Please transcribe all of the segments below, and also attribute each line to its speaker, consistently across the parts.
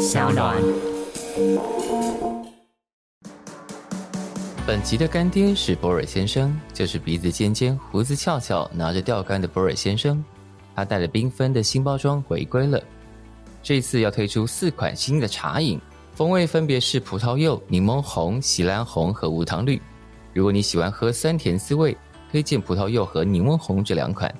Speaker 1: 小暖。本集的干爹是博尔先生，就是鼻子尖尖、胡子翘翘、拿着钓竿的博尔先生。他带着缤纷的新包装回归了，这次要推出四款新的茶饮，风味分别是葡萄柚、柠檬红、喜兰红和无糖绿。如果你喜欢喝酸甜滋味，推荐葡萄柚和柠檬红这两款，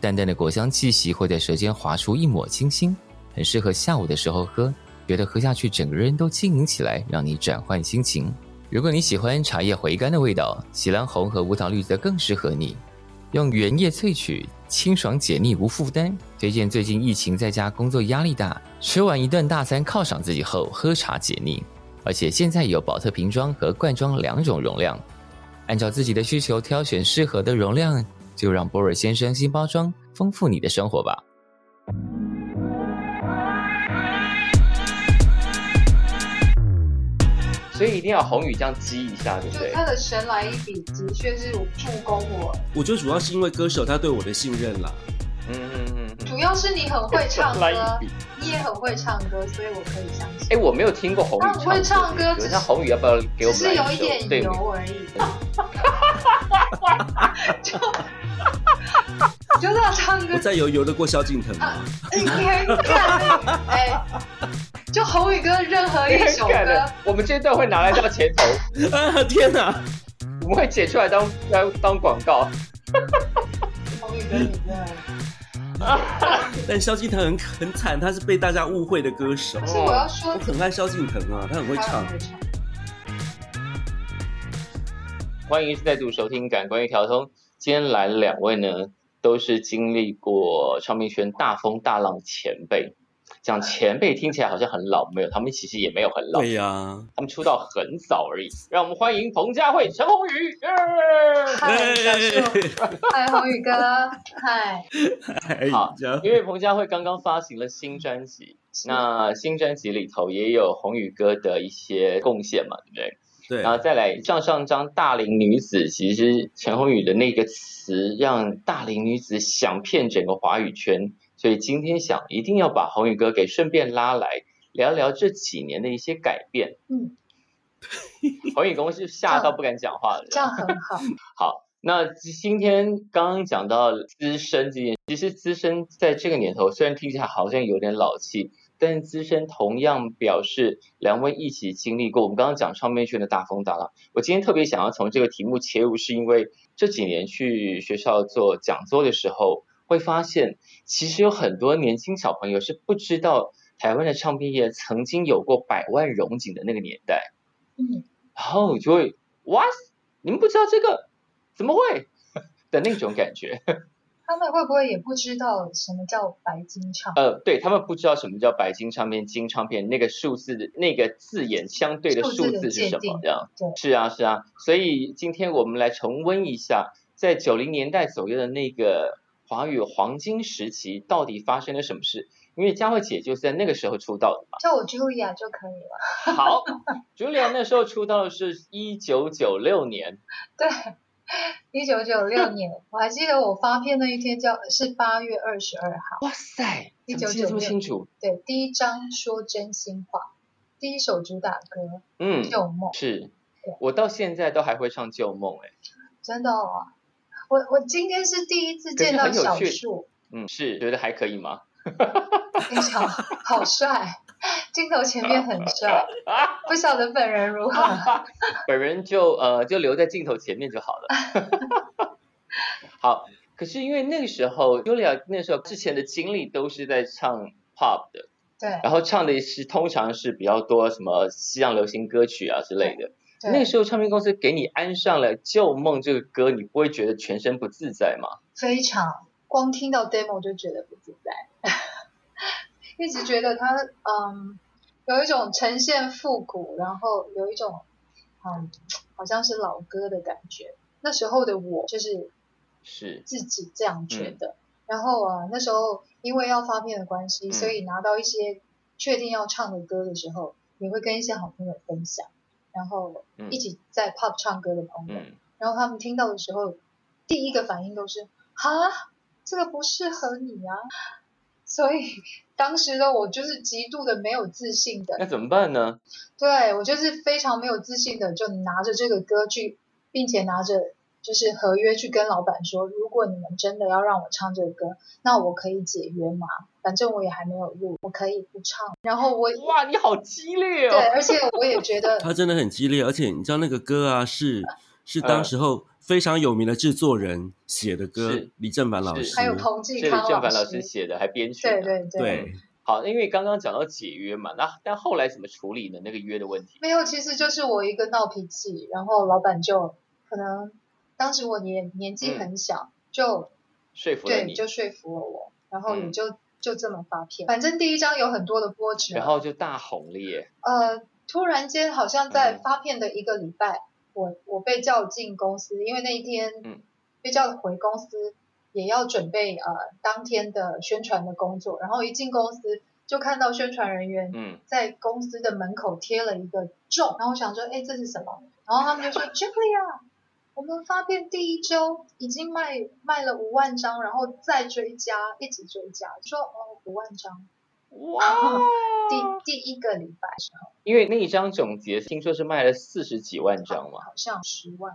Speaker 1: 淡淡的果香气息会在舌尖划出一抹清新，很适合下午的时候喝，觉得喝下去整个人都轻盈起来，让你转换心情。如果你喜欢茶叶回甘的味道，喜兰红和无糖绿则更适合你。用原液萃取，清爽解腻无负担。推荐最近疫情在家工作压力大，吃完一顿大餐犒赏自己后喝茶解腻，而且现在有保特瓶装和罐装两种容量。按照自己的需求挑选适合的容量，就让博尔先生新包装丰富你的生活吧。所以一定要红雨这样激一下，对不
Speaker 2: 就是
Speaker 1: 对？
Speaker 2: 他的神来一笔，的确是助攻我。
Speaker 3: 我觉得主要是因为歌手他对我的信任啦。
Speaker 1: 嗯嗯嗯嗯。
Speaker 2: 主要是你很会唱
Speaker 1: 来
Speaker 2: 歌
Speaker 1: 一笔，
Speaker 2: 你也很会唱歌，所以我可以相
Speaker 1: 哎，
Speaker 2: 信。
Speaker 1: 我没有听过红雨
Speaker 2: 他很会
Speaker 1: 唱
Speaker 2: 唱歌
Speaker 1: 这
Speaker 2: 只
Speaker 1: 首
Speaker 2: 是
Speaker 1: 那红雨要不要给我
Speaker 2: 只
Speaker 1: 们
Speaker 2: 是
Speaker 1: 来
Speaker 2: 有
Speaker 1: 一
Speaker 2: 一
Speaker 1: 首？
Speaker 2: 点
Speaker 1: 对，
Speaker 2: 油而已。就你就知道唱歌
Speaker 3: 我在游游得过萧敬腾啊吗？
Speaker 2: 应该看，哎，就宏宇哥任何一首
Speaker 1: 很感
Speaker 2: 歌
Speaker 1: 人，我们这段会拿来到前头，
Speaker 3: 啊 天哪！
Speaker 1: 我们会剪出来当当当广告。
Speaker 2: 宏宇哥你真的，
Speaker 3: 但萧敬腾很很惨，他是被大家误会的歌手
Speaker 2: 可。是我要说
Speaker 3: 我很爱萧敬腾啊，他很会
Speaker 2: 他
Speaker 3: 唱
Speaker 2: 很。会唱。
Speaker 1: 欢迎再度收听《感官一条通》，今天来了两位呢，都是经历过唱片圈大风大浪的前辈。讲前辈听起来好像很老，没有，他们其实也没有很老，
Speaker 3: 对呀、
Speaker 1: 他们出道很早而已。让我们欢迎彭佳慧、陈鸿宇。耶
Speaker 2: 嗨，小树， 嗨，哎宏宇哥，嗨，
Speaker 3: 哎
Speaker 1: 好
Speaker 3: 这样
Speaker 1: 因为彭佳慧刚刚发行了新专辑，那新专辑里头也有宏宇哥的一些贡献嘛，对不对？
Speaker 3: 对
Speaker 1: 然后再来上上张大龄女子，其实陈鸿宇的那个词让大龄女子想遍整个华语圈，所以今天想一定要把鸿宇哥给顺便拉来聊聊这几年的一些改变。
Speaker 2: 嗯，
Speaker 1: 鸿宇哥是吓到不敢讲话了。
Speaker 2: 这样很好。
Speaker 1: 那今天刚刚讲到资深这件事，其实资深在这个年头，虽然听起来好像有点老气，但是资深同样表示两位一起经历过我们刚刚讲唱片圈的大风大浪。我今天特别想要从这个题目切入，是因为这几年去学校做讲座的时候，会发现其实有很多年轻小朋友是不知道台湾的唱片业曾经有过百万荣景的那个年代。
Speaker 2: 嗯，
Speaker 1: 然后我就会 what？你们不知道这个？怎么会？ 的那种感觉，
Speaker 2: 他们会不会也不知道什么叫白金唱？
Speaker 1: 呃，对他们不知道什么叫白金唱片、金唱片那个数字的那个字眼相对的数字是什
Speaker 2: 数字的界
Speaker 1: 么
Speaker 2: 定
Speaker 1: 这样
Speaker 2: 对。
Speaker 1: 是啊，是啊，所以今天我们来重温一下，在九零年代左右的那个华语黄金时期到底发生了什么事？因为佳慧姐就是在那个时候出道的嘛。
Speaker 2: 叫我 Julia 就可以了。
Speaker 1: 好，Julia 那时候出道是一九九六年，
Speaker 2: 对，一九 九六年，我还记得我发片那一天叫是八月二十二号，
Speaker 1: 哇塞，怎么
Speaker 2: 1996
Speaker 1: 记得这么清楚？
Speaker 2: 对，第一张说真心话，第一首主打歌
Speaker 1: 嗯
Speaker 2: 《旧梦》，
Speaker 1: 是
Speaker 2: 对，
Speaker 1: 我到现在都还会唱《旧梦》哎，
Speaker 2: 真的哦。我我今天是第一次见到
Speaker 1: 可是很有
Speaker 2: 小
Speaker 1: 趣
Speaker 2: 树，
Speaker 1: 嗯，是，觉得还可以吗？
Speaker 2: 非常好帅，镜头前面很 帅，不晓得本人如何。
Speaker 1: 本人就呃就留在镜头前面就好了。好，可是因为那个时候 Julia 那时候之前的经历都是在唱 pop 的，
Speaker 2: 对
Speaker 1: 然后唱的是通常是比较多什么西洋流行歌曲啊之类的。 那个
Speaker 2: 对，
Speaker 1: 时候唱片公司给你安上了《旧梦》这个歌，你不会觉得全身不自在吗？
Speaker 2: 非常，光听到 demo 就觉得不自在， 一直觉得他嗯有一种呈现复古，然后有一种嗯好像是老歌的感觉。那时候的我就是
Speaker 1: 是，
Speaker 2: 自己这样觉得。然后啊，那时候因为要发片的关系，
Speaker 1: 嗯
Speaker 2: 所以拿到一些确定要唱的歌的时候，也会跟一些好朋友分享，然后
Speaker 1: 嗯
Speaker 2: 一起在 pub 唱歌的朋友，
Speaker 1: 嗯，
Speaker 2: 然后他们听到的时候，第一个反应都是哈，这个不适合你啊。所以当时的我就是极度的没有自信的，
Speaker 4: 那怎么办呢？
Speaker 2: 对我就是非常没有自信的，就拿着这个歌去，并且拿着就是合约去跟老板说，如果你们真的要让我唱这个歌，那我可以解约吗？反正我也还没有录，我可以不唱。然后我
Speaker 4: 哇，你好激烈
Speaker 2: 对，
Speaker 4: 哦！
Speaker 2: 而且我也觉 得
Speaker 3: 他真的很激烈，而且你知道那个歌啊，是是当时候非常有名的制作人写的歌，
Speaker 4: 是
Speaker 3: 李正凡老师，
Speaker 2: 还有彭
Speaker 4: 这
Speaker 2: 靖
Speaker 4: 里
Speaker 2: 康
Speaker 4: 正凡
Speaker 2: 老
Speaker 4: 老师写的，还编曲
Speaker 2: 对
Speaker 4: 啊呢。
Speaker 2: 对对。
Speaker 3: 对，
Speaker 4: 好，因为刚刚讲到解约嘛，那但后来怎么处理呢？那个约的问题，
Speaker 2: 没有，其实就是我一个闹脾气，然后老板就可能当时我年年纪很小，就
Speaker 4: 说服了
Speaker 2: 对
Speaker 4: 嗯你，
Speaker 2: 就说服了我，然后也
Speaker 4: 嗯
Speaker 2: 就、就这么发片。反正第一章有很多的波折，
Speaker 4: 然后就大红了耶。
Speaker 2: 呃，突然间好像在
Speaker 4: 嗯
Speaker 2: 发片的一个礼拜，我我被叫进公司，因为那一天
Speaker 4: 嗯
Speaker 2: 被叫回公司，也要准备呃当天的宣传的工作，然后一进公司就看到宣传人员
Speaker 4: 嗯，
Speaker 2: 在公司的门口贴了一个咒，然后我想说，哎，这是什么？然后他们就说，Julia，我们发片第一周已经卖卖了五万张，然后再追加，一直追加，说哦五万张，
Speaker 4: 哇，
Speaker 2: 第第一个礼拜的时候
Speaker 4: 因为那一张总结听说是卖了四十几万张嘛，
Speaker 2: 好像十万，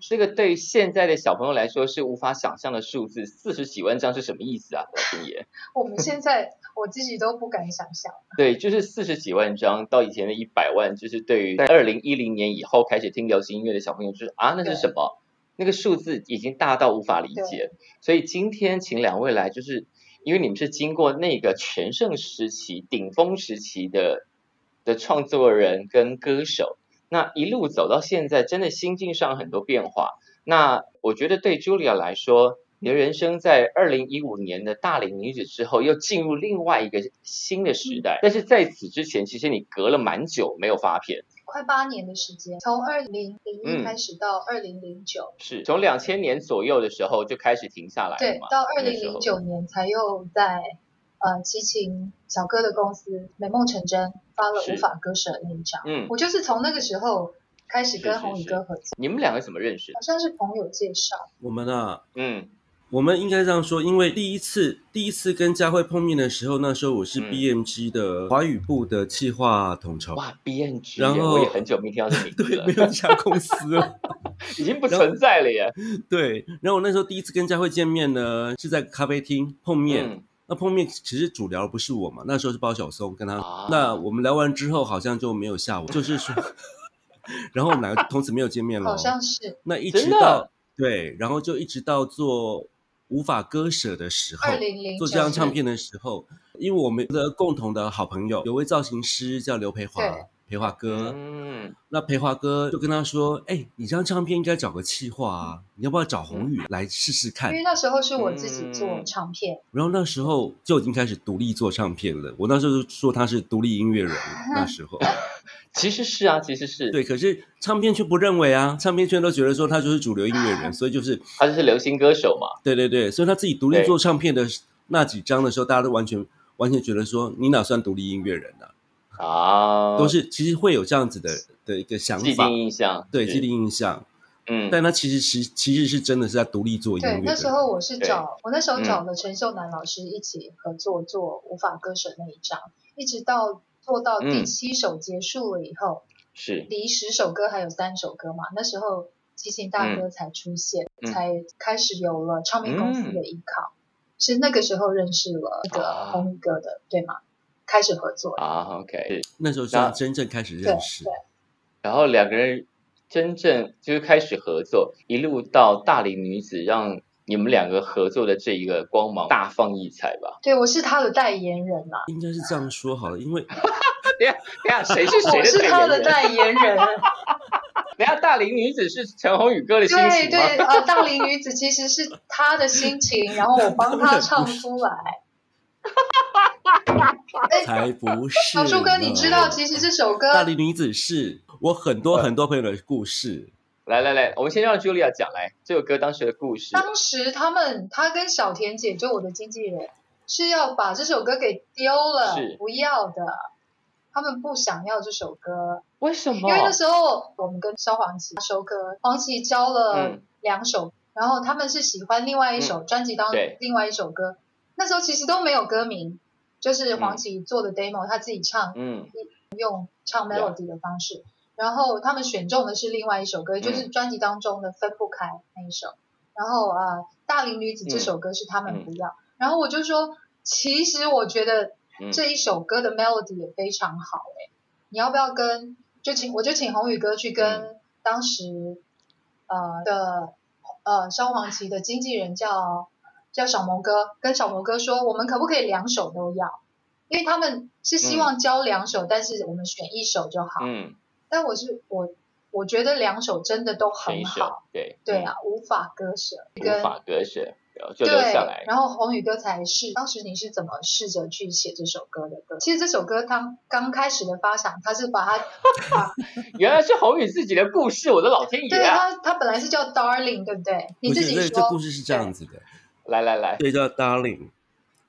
Speaker 4: 这个对于现在的小朋友来说是无法想象的数字，四十几万张是什么意思啊，老天爷？
Speaker 2: 我们现在我自己都不敢想象。
Speaker 4: 对，就是四十几万张到以前的一百万，就是对于在二零一零年以后开始听流行音乐的小朋友，就是啊，那是
Speaker 2: 对
Speaker 4: 什么？那个数字已经大到无法理解。所以今天请两位来，就是因为你们是经过那个全盛时期、顶峰时期的的创作人跟歌手，那一路走到现在，真的心境上很多变化。那我觉得对 Julia 来说，你的人生在二零一五年的大龄女子之后，又进入另外一个新的时
Speaker 2: 嗯
Speaker 4: 代。但是在此之前，其实你隔了蛮久没有发片，
Speaker 2: 快八年的时间，从二零零
Speaker 4: 嗯
Speaker 2: 一开始到二零零九，
Speaker 4: 是从两千年左右的时候就开始停下来了
Speaker 2: 对
Speaker 4: 嘛，？
Speaker 2: 到二
Speaker 4: 那
Speaker 2: 零
Speaker 4: 时
Speaker 2: 零
Speaker 4: 候
Speaker 2: 九年才又在呃齐秦小哥的公司美梦成真发了
Speaker 4: 是
Speaker 2: 无法割舍那一张。
Speaker 4: 嗯，
Speaker 2: 我就是从那个时候开始
Speaker 4: 是
Speaker 2: 跟
Speaker 4: 是
Speaker 2: 宏宇
Speaker 4: 是
Speaker 2: 哥合作，
Speaker 4: 你们两个怎么认识的？
Speaker 2: 好像是朋友介绍，
Speaker 3: 我们啊，
Speaker 4: 嗯，
Speaker 3: 我们应该这样说，因为第一次第一次跟佳慧碰面的时候，那时候我是
Speaker 4: 嗯
Speaker 3: BMG 的华语部的企划统筹，
Speaker 4: 哇，B N G，
Speaker 3: 然后
Speaker 4: 我也很久没听到这名 字
Speaker 3: 对，
Speaker 4: 了
Speaker 3: 没，有这家公司 了。
Speaker 4: 已经不存在了耶。
Speaker 3: 对，然后我那时候第一次跟佳慧见面呢，是在咖啡厅碰面。
Speaker 4: 嗯，
Speaker 3: 那碰面其实主聊不是我嘛，那时候是包小松跟他。
Speaker 4: 啊
Speaker 3: 那我们聊完之后好像就没有下午，就是说， 然后我们两个从此没有见
Speaker 4: 哦
Speaker 3: 面了。
Speaker 2: 好像是
Speaker 3: 那一直
Speaker 4: 真的
Speaker 3: 到对，然后就一直到做无法割舍的时候
Speaker 2: 二，零零
Speaker 3: 做
Speaker 2: 九
Speaker 3: 这张唱片的时候，因为我们的共同的好朋友有位造型师叫刘培华
Speaker 2: 对，
Speaker 3: 培华哥。
Speaker 4: 嗯，
Speaker 3: 那培华哥就跟他说：“哎、你这张唱片应该找个企划啊，你要不要找宏宇来试试看
Speaker 2: 因为那时候是我自己做
Speaker 4: 嗯
Speaker 2: 唱片，？”
Speaker 3: 然后那时候就已经开始独立做唱片了。我那时候就说他是独立音 乐人，那时候
Speaker 4: 其实是啊，其实是，
Speaker 3: 对，可是唱片却不认为啊，唱片圈都觉得说他就是主流音乐 人，所以就是
Speaker 4: 他就是流行歌手嘛。
Speaker 3: 对对对，所以他自己独立
Speaker 4: 对
Speaker 3: 做唱片的那几张的时候，大家都完全完全觉得说你哪算独立音乐人啊？
Speaker 4: 啊，
Speaker 3: 都是其实会有这样子的的一个想
Speaker 4: 既
Speaker 3: 法
Speaker 4: 定，印象，
Speaker 3: 对
Speaker 4: 是
Speaker 3: 既定，印象。
Speaker 4: 嗯，
Speaker 3: 但他其实其其实是真的是在独立做音乐
Speaker 2: 对，
Speaker 3: 的。
Speaker 2: 那时候我是
Speaker 4: 对
Speaker 2: 找我那时候
Speaker 4: 嗯
Speaker 2: 找了陈秀楠老师一起合作做无法割舍那一张，一直到做到第
Speaker 4: 嗯
Speaker 2: 七首结束了以后，
Speaker 4: 是
Speaker 2: 离十首歌还有三首歌嘛，那时候齐秦大哥才出现，
Speaker 4: 嗯
Speaker 2: 才开始有了唱片公司
Speaker 4: 嗯
Speaker 2: 的依靠，是那个时候认识了那
Speaker 4: 啊
Speaker 2: 个红宇哥的，对吗？开始合作，
Speaker 4: 啊，OK，是
Speaker 3: 那时候
Speaker 4: 那
Speaker 3: 是真正开始认识，
Speaker 4: 然后两个人真正就是开始合作，一路到大龄女子，让你们两个合作的这一个光芒大放异彩吧。
Speaker 2: 对我是他的代言人啊啦、
Speaker 3: 应该是这样说好了，因为
Speaker 4: 等一下， 等一下，谁是谁
Speaker 2: 我是
Speaker 4: 的
Speaker 2: 他
Speaker 4: 代言
Speaker 2: 的代言
Speaker 4: 人？等
Speaker 2: 人，
Speaker 4: 一下，大龄女子是陈鸿宇哥的心
Speaker 2: 对
Speaker 4: 情
Speaker 2: 对，
Speaker 4: 吗？
Speaker 2: 呃，大龄女子其实是他的心 情，然后我帮他唱出来。
Speaker 3: 才不是呢。
Speaker 2: 哎小树哥，你知道其实 这首歌
Speaker 3: 大龄女子是我很多很多朋友的故事，
Speaker 4: 来来来，我们先让 Julia 讲来这首歌当时的故事。
Speaker 2: 当时他们，他跟小田姐，就我的经纪人，是要把这首歌给丢了
Speaker 4: 是，
Speaker 2: 不要的。他们不想要这首歌，
Speaker 4: 为什
Speaker 2: 因
Speaker 4: 么
Speaker 2: 为？那时候我们跟萧煌奇收歌，黄奇教了
Speaker 4: 嗯
Speaker 2: 两首，然后他们是喜欢另外一首、专辑当
Speaker 4: 对
Speaker 2: 另外一首歌。那时候其实都没有歌名，就是黄绮做的 demo，、他自己唱
Speaker 4: 嗯
Speaker 2: 唱 melody 的方式。然后他们选中的是另外一首歌，就是专辑当中的《分不开》那一首。然后啊，呃《大龄女子》这首歌是他们不要。然后我就说，其实我觉得
Speaker 4: 嗯
Speaker 2: 这一首歌的 melody 也非常好哎、你要不要跟就请我就请宏宇哥去跟当时呃的呃萧煌奇的经纪人叫叫小谋哥，跟小谋哥说，我们可不可以两首都要？因为他们是希望教两首，但是我们选一首就好。
Speaker 4: 嗯，
Speaker 2: 但我是我我觉得两首真的都
Speaker 4: 选一
Speaker 2: 很
Speaker 4: 首
Speaker 2: 好，，
Speaker 4: 对嗯
Speaker 2: 对，啊，无法割舍。
Speaker 4: 无法割舍，然后就
Speaker 2: 对，
Speaker 4: 留下来。
Speaker 2: 然后宏宇哥才是，当时你是怎么试着去写这首歌的歌？其实这首歌它刚开始的发想，它是把 它，把
Speaker 4: 原来是宏宇自己的故事，我的老天爷
Speaker 2: 对
Speaker 4: 啊！
Speaker 2: 它它本来是叫 Darling，对不对？你
Speaker 3: 不
Speaker 2: 自
Speaker 3: 是，
Speaker 2: 己
Speaker 3: 那这
Speaker 2: 说
Speaker 3: 故事是这样子的，
Speaker 4: 来来来，
Speaker 3: 对，叫 Darling。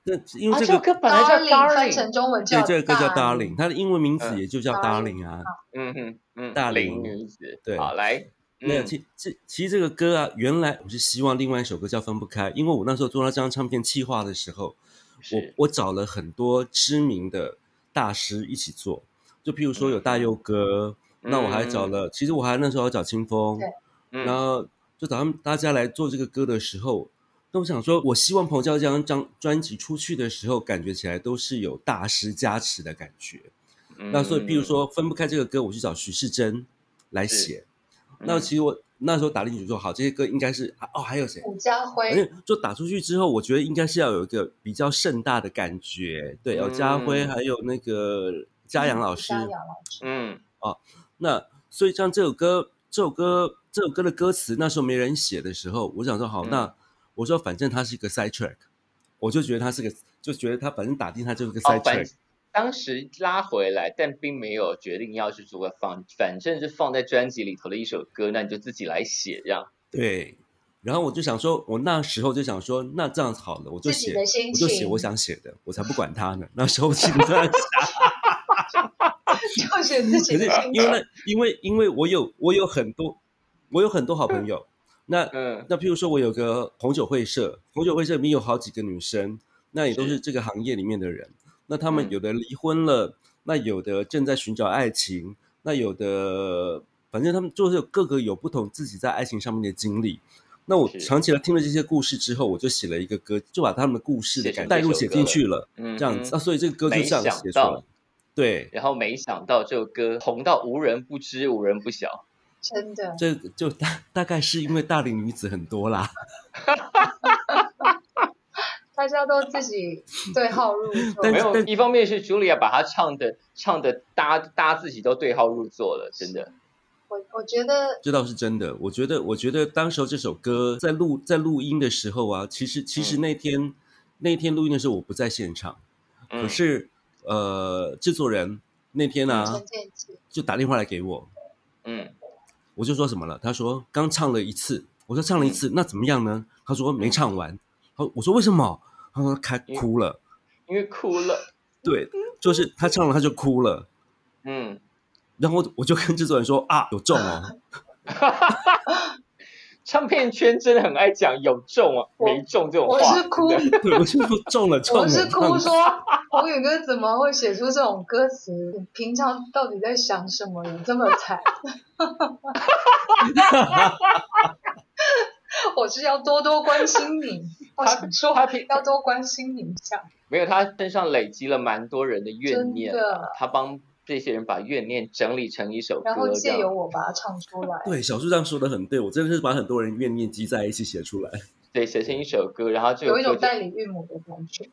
Speaker 3: 那因
Speaker 4: 啊，
Speaker 3: 为
Speaker 4: 这
Speaker 3: 这
Speaker 4: 首
Speaker 3: 个，
Speaker 4: 歌本来叫
Speaker 2: Darling 翻成中文
Speaker 3: 对
Speaker 2: 叫，
Speaker 3: 这个歌叫
Speaker 2: 大
Speaker 3: Darling，它的英文名字也就叫
Speaker 2: 嗯
Speaker 3: Darling 啊。
Speaker 4: 嗯哼嗯，
Speaker 3: 大
Speaker 4: 龄
Speaker 3: 龄
Speaker 4: 女子，
Speaker 3: 对
Speaker 4: 好来，
Speaker 3: 没有，
Speaker 4: 嗯
Speaker 3: 其其其实这个歌啊，原来我是希望另外一首歌叫《分不开》，因为我那时候做到这张唱片企划的时候，我
Speaker 4: 是
Speaker 3: 我找了很多知名的大师一起做，就譬如说有大佑哥，
Speaker 4: 嗯
Speaker 3: 那我还找了，其实我还那时候还找清风，
Speaker 2: 对
Speaker 4: 嗯
Speaker 3: 然后就找他们大家来做这个歌的时候，那我想说，我希望彭教这张张专辑出去的时候，感觉起来都是有大师加持的感觉。那所以，譬如，说分不开这个歌，我去找徐世珍来
Speaker 4: 嗯是
Speaker 3: 写。
Speaker 4: 嗯
Speaker 3: 那其实我那时候打进去说，好，这些歌应该是啊哦，还有谁？
Speaker 2: 伍家
Speaker 3: 反
Speaker 2: 辉，
Speaker 3: 正就打出去之后，我觉得应该是要有一个比较盛大的感觉。对，有家辉，
Speaker 4: 嗯
Speaker 3: 还有那个嘉阳老师。
Speaker 2: 嘉阳老师，
Speaker 4: 嗯
Speaker 3: 那所以像这首歌，这首歌，这首歌的歌词，那时候没人写的时候，我想说，好，
Speaker 4: 嗯
Speaker 3: 那我说反正它是一个 side track，我就觉得它是个，就觉得它反正打定它就是个
Speaker 4: 哦
Speaker 3: side
Speaker 4: 反
Speaker 3: track。
Speaker 4: 当时拉回来，但并没有决定要去做个放，反正是放在专辑里头的一首歌，那你就自己来写这样。
Speaker 3: 对。然后我就想说，我那时候就想说，那这样子好了，我就
Speaker 2: 自己
Speaker 3: 写
Speaker 2: 的心
Speaker 3: 我就写
Speaker 2: 情
Speaker 3: 我想写的，我才不管他呢。那时候 心里这样想，
Speaker 2: 就是自己
Speaker 3: 可是
Speaker 2: 的心
Speaker 3: 因为
Speaker 2: 情，
Speaker 3: 那因为因为我有我有很多我有很多好朋友，那
Speaker 4: 嗯
Speaker 3: 那譬如说我有个红酒会社，红酒会社里面有好几个女生，那也都
Speaker 4: 是
Speaker 3: 是这个行业里面的人，那他们
Speaker 4: 嗯
Speaker 3: 有的离婚了，那有的正在寻找爱情，那有的反正他们就是各个有不同自己在爱情上面的经历。那我
Speaker 4: 是
Speaker 3: 长期来听了这些故事之后，我就写了一个歌，就把他们的故事的
Speaker 4: 写成
Speaker 3: 感代
Speaker 4: 这
Speaker 3: 入
Speaker 4: 首
Speaker 3: 写
Speaker 4: 歌
Speaker 3: 进
Speaker 4: 了
Speaker 3: 去了，
Speaker 4: 嗯，
Speaker 3: 这样子。那啊
Speaker 4: 嗯
Speaker 3: 所以这个歌就
Speaker 4: 没
Speaker 3: 这样
Speaker 4: 想
Speaker 3: 写出
Speaker 4: 到
Speaker 3: 来。对，
Speaker 4: 然后没想到这首歌红到无人不知，无人不晓。
Speaker 2: 真 的。
Speaker 3: 这个就大大概是因为大龄女子很多啦，
Speaker 2: 大家都自己对号入座，
Speaker 3: 但
Speaker 4: 没
Speaker 3: 是
Speaker 4: 有，一方面是 Julia 把她唱的唱的搭搭自己都对号入座了，真的。
Speaker 2: 我我觉得
Speaker 3: 这倒是真的。我觉得，我觉得当时候这首歌在录在录音的时候啊，其实其实
Speaker 4: 嗯
Speaker 3: 那天、那天录音的时候我不在现场，
Speaker 4: 嗯
Speaker 3: 可是呃，制作人那天啊
Speaker 2: 陈建奇
Speaker 3: 就打电话来给我，
Speaker 4: 嗯
Speaker 3: 我就说什么了，他说刚唱了一次，我说唱了一
Speaker 2: 嗯
Speaker 3: 次，那怎么样呢？他说没唱完，他我说为什么？他说他
Speaker 2: 嗯
Speaker 4: 因为
Speaker 3: 哭了，
Speaker 4: 因为哭了。
Speaker 3: 对，就是他唱了他就哭了。
Speaker 4: 嗯，
Speaker 3: 然后我就跟制作人说啊，有中哦，
Speaker 4: 唱片圈真的很爱讲有中啊
Speaker 2: 我
Speaker 4: 没中这种话。
Speaker 2: 我是哭
Speaker 4: 真的
Speaker 3: 对，我就说中了，中了。
Speaker 2: 我是
Speaker 3: 中
Speaker 2: 哭
Speaker 3: 了
Speaker 2: 说，宏宇哥怎么会写出这种歌词？你平常到底在想什么？你这么惨， 我是要多多关心你。我想说
Speaker 4: 他平
Speaker 2: 要多关心你一下，
Speaker 4: 没有，他身上累积了蛮多人的怨
Speaker 2: 真
Speaker 4: 念，
Speaker 2: 的。
Speaker 4: 他帮这些人把怨念整理成一首歌
Speaker 2: 然后，
Speaker 4: 这
Speaker 2: 借由
Speaker 4: 样
Speaker 2: 我把它唱出来，
Speaker 3: 对，小树这样说的很对，我真的是把很多人怨念积在一起写出来。
Speaker 4: 对写成一首歌，然后就
Speaker 2: 有一种代理孕母的感觉。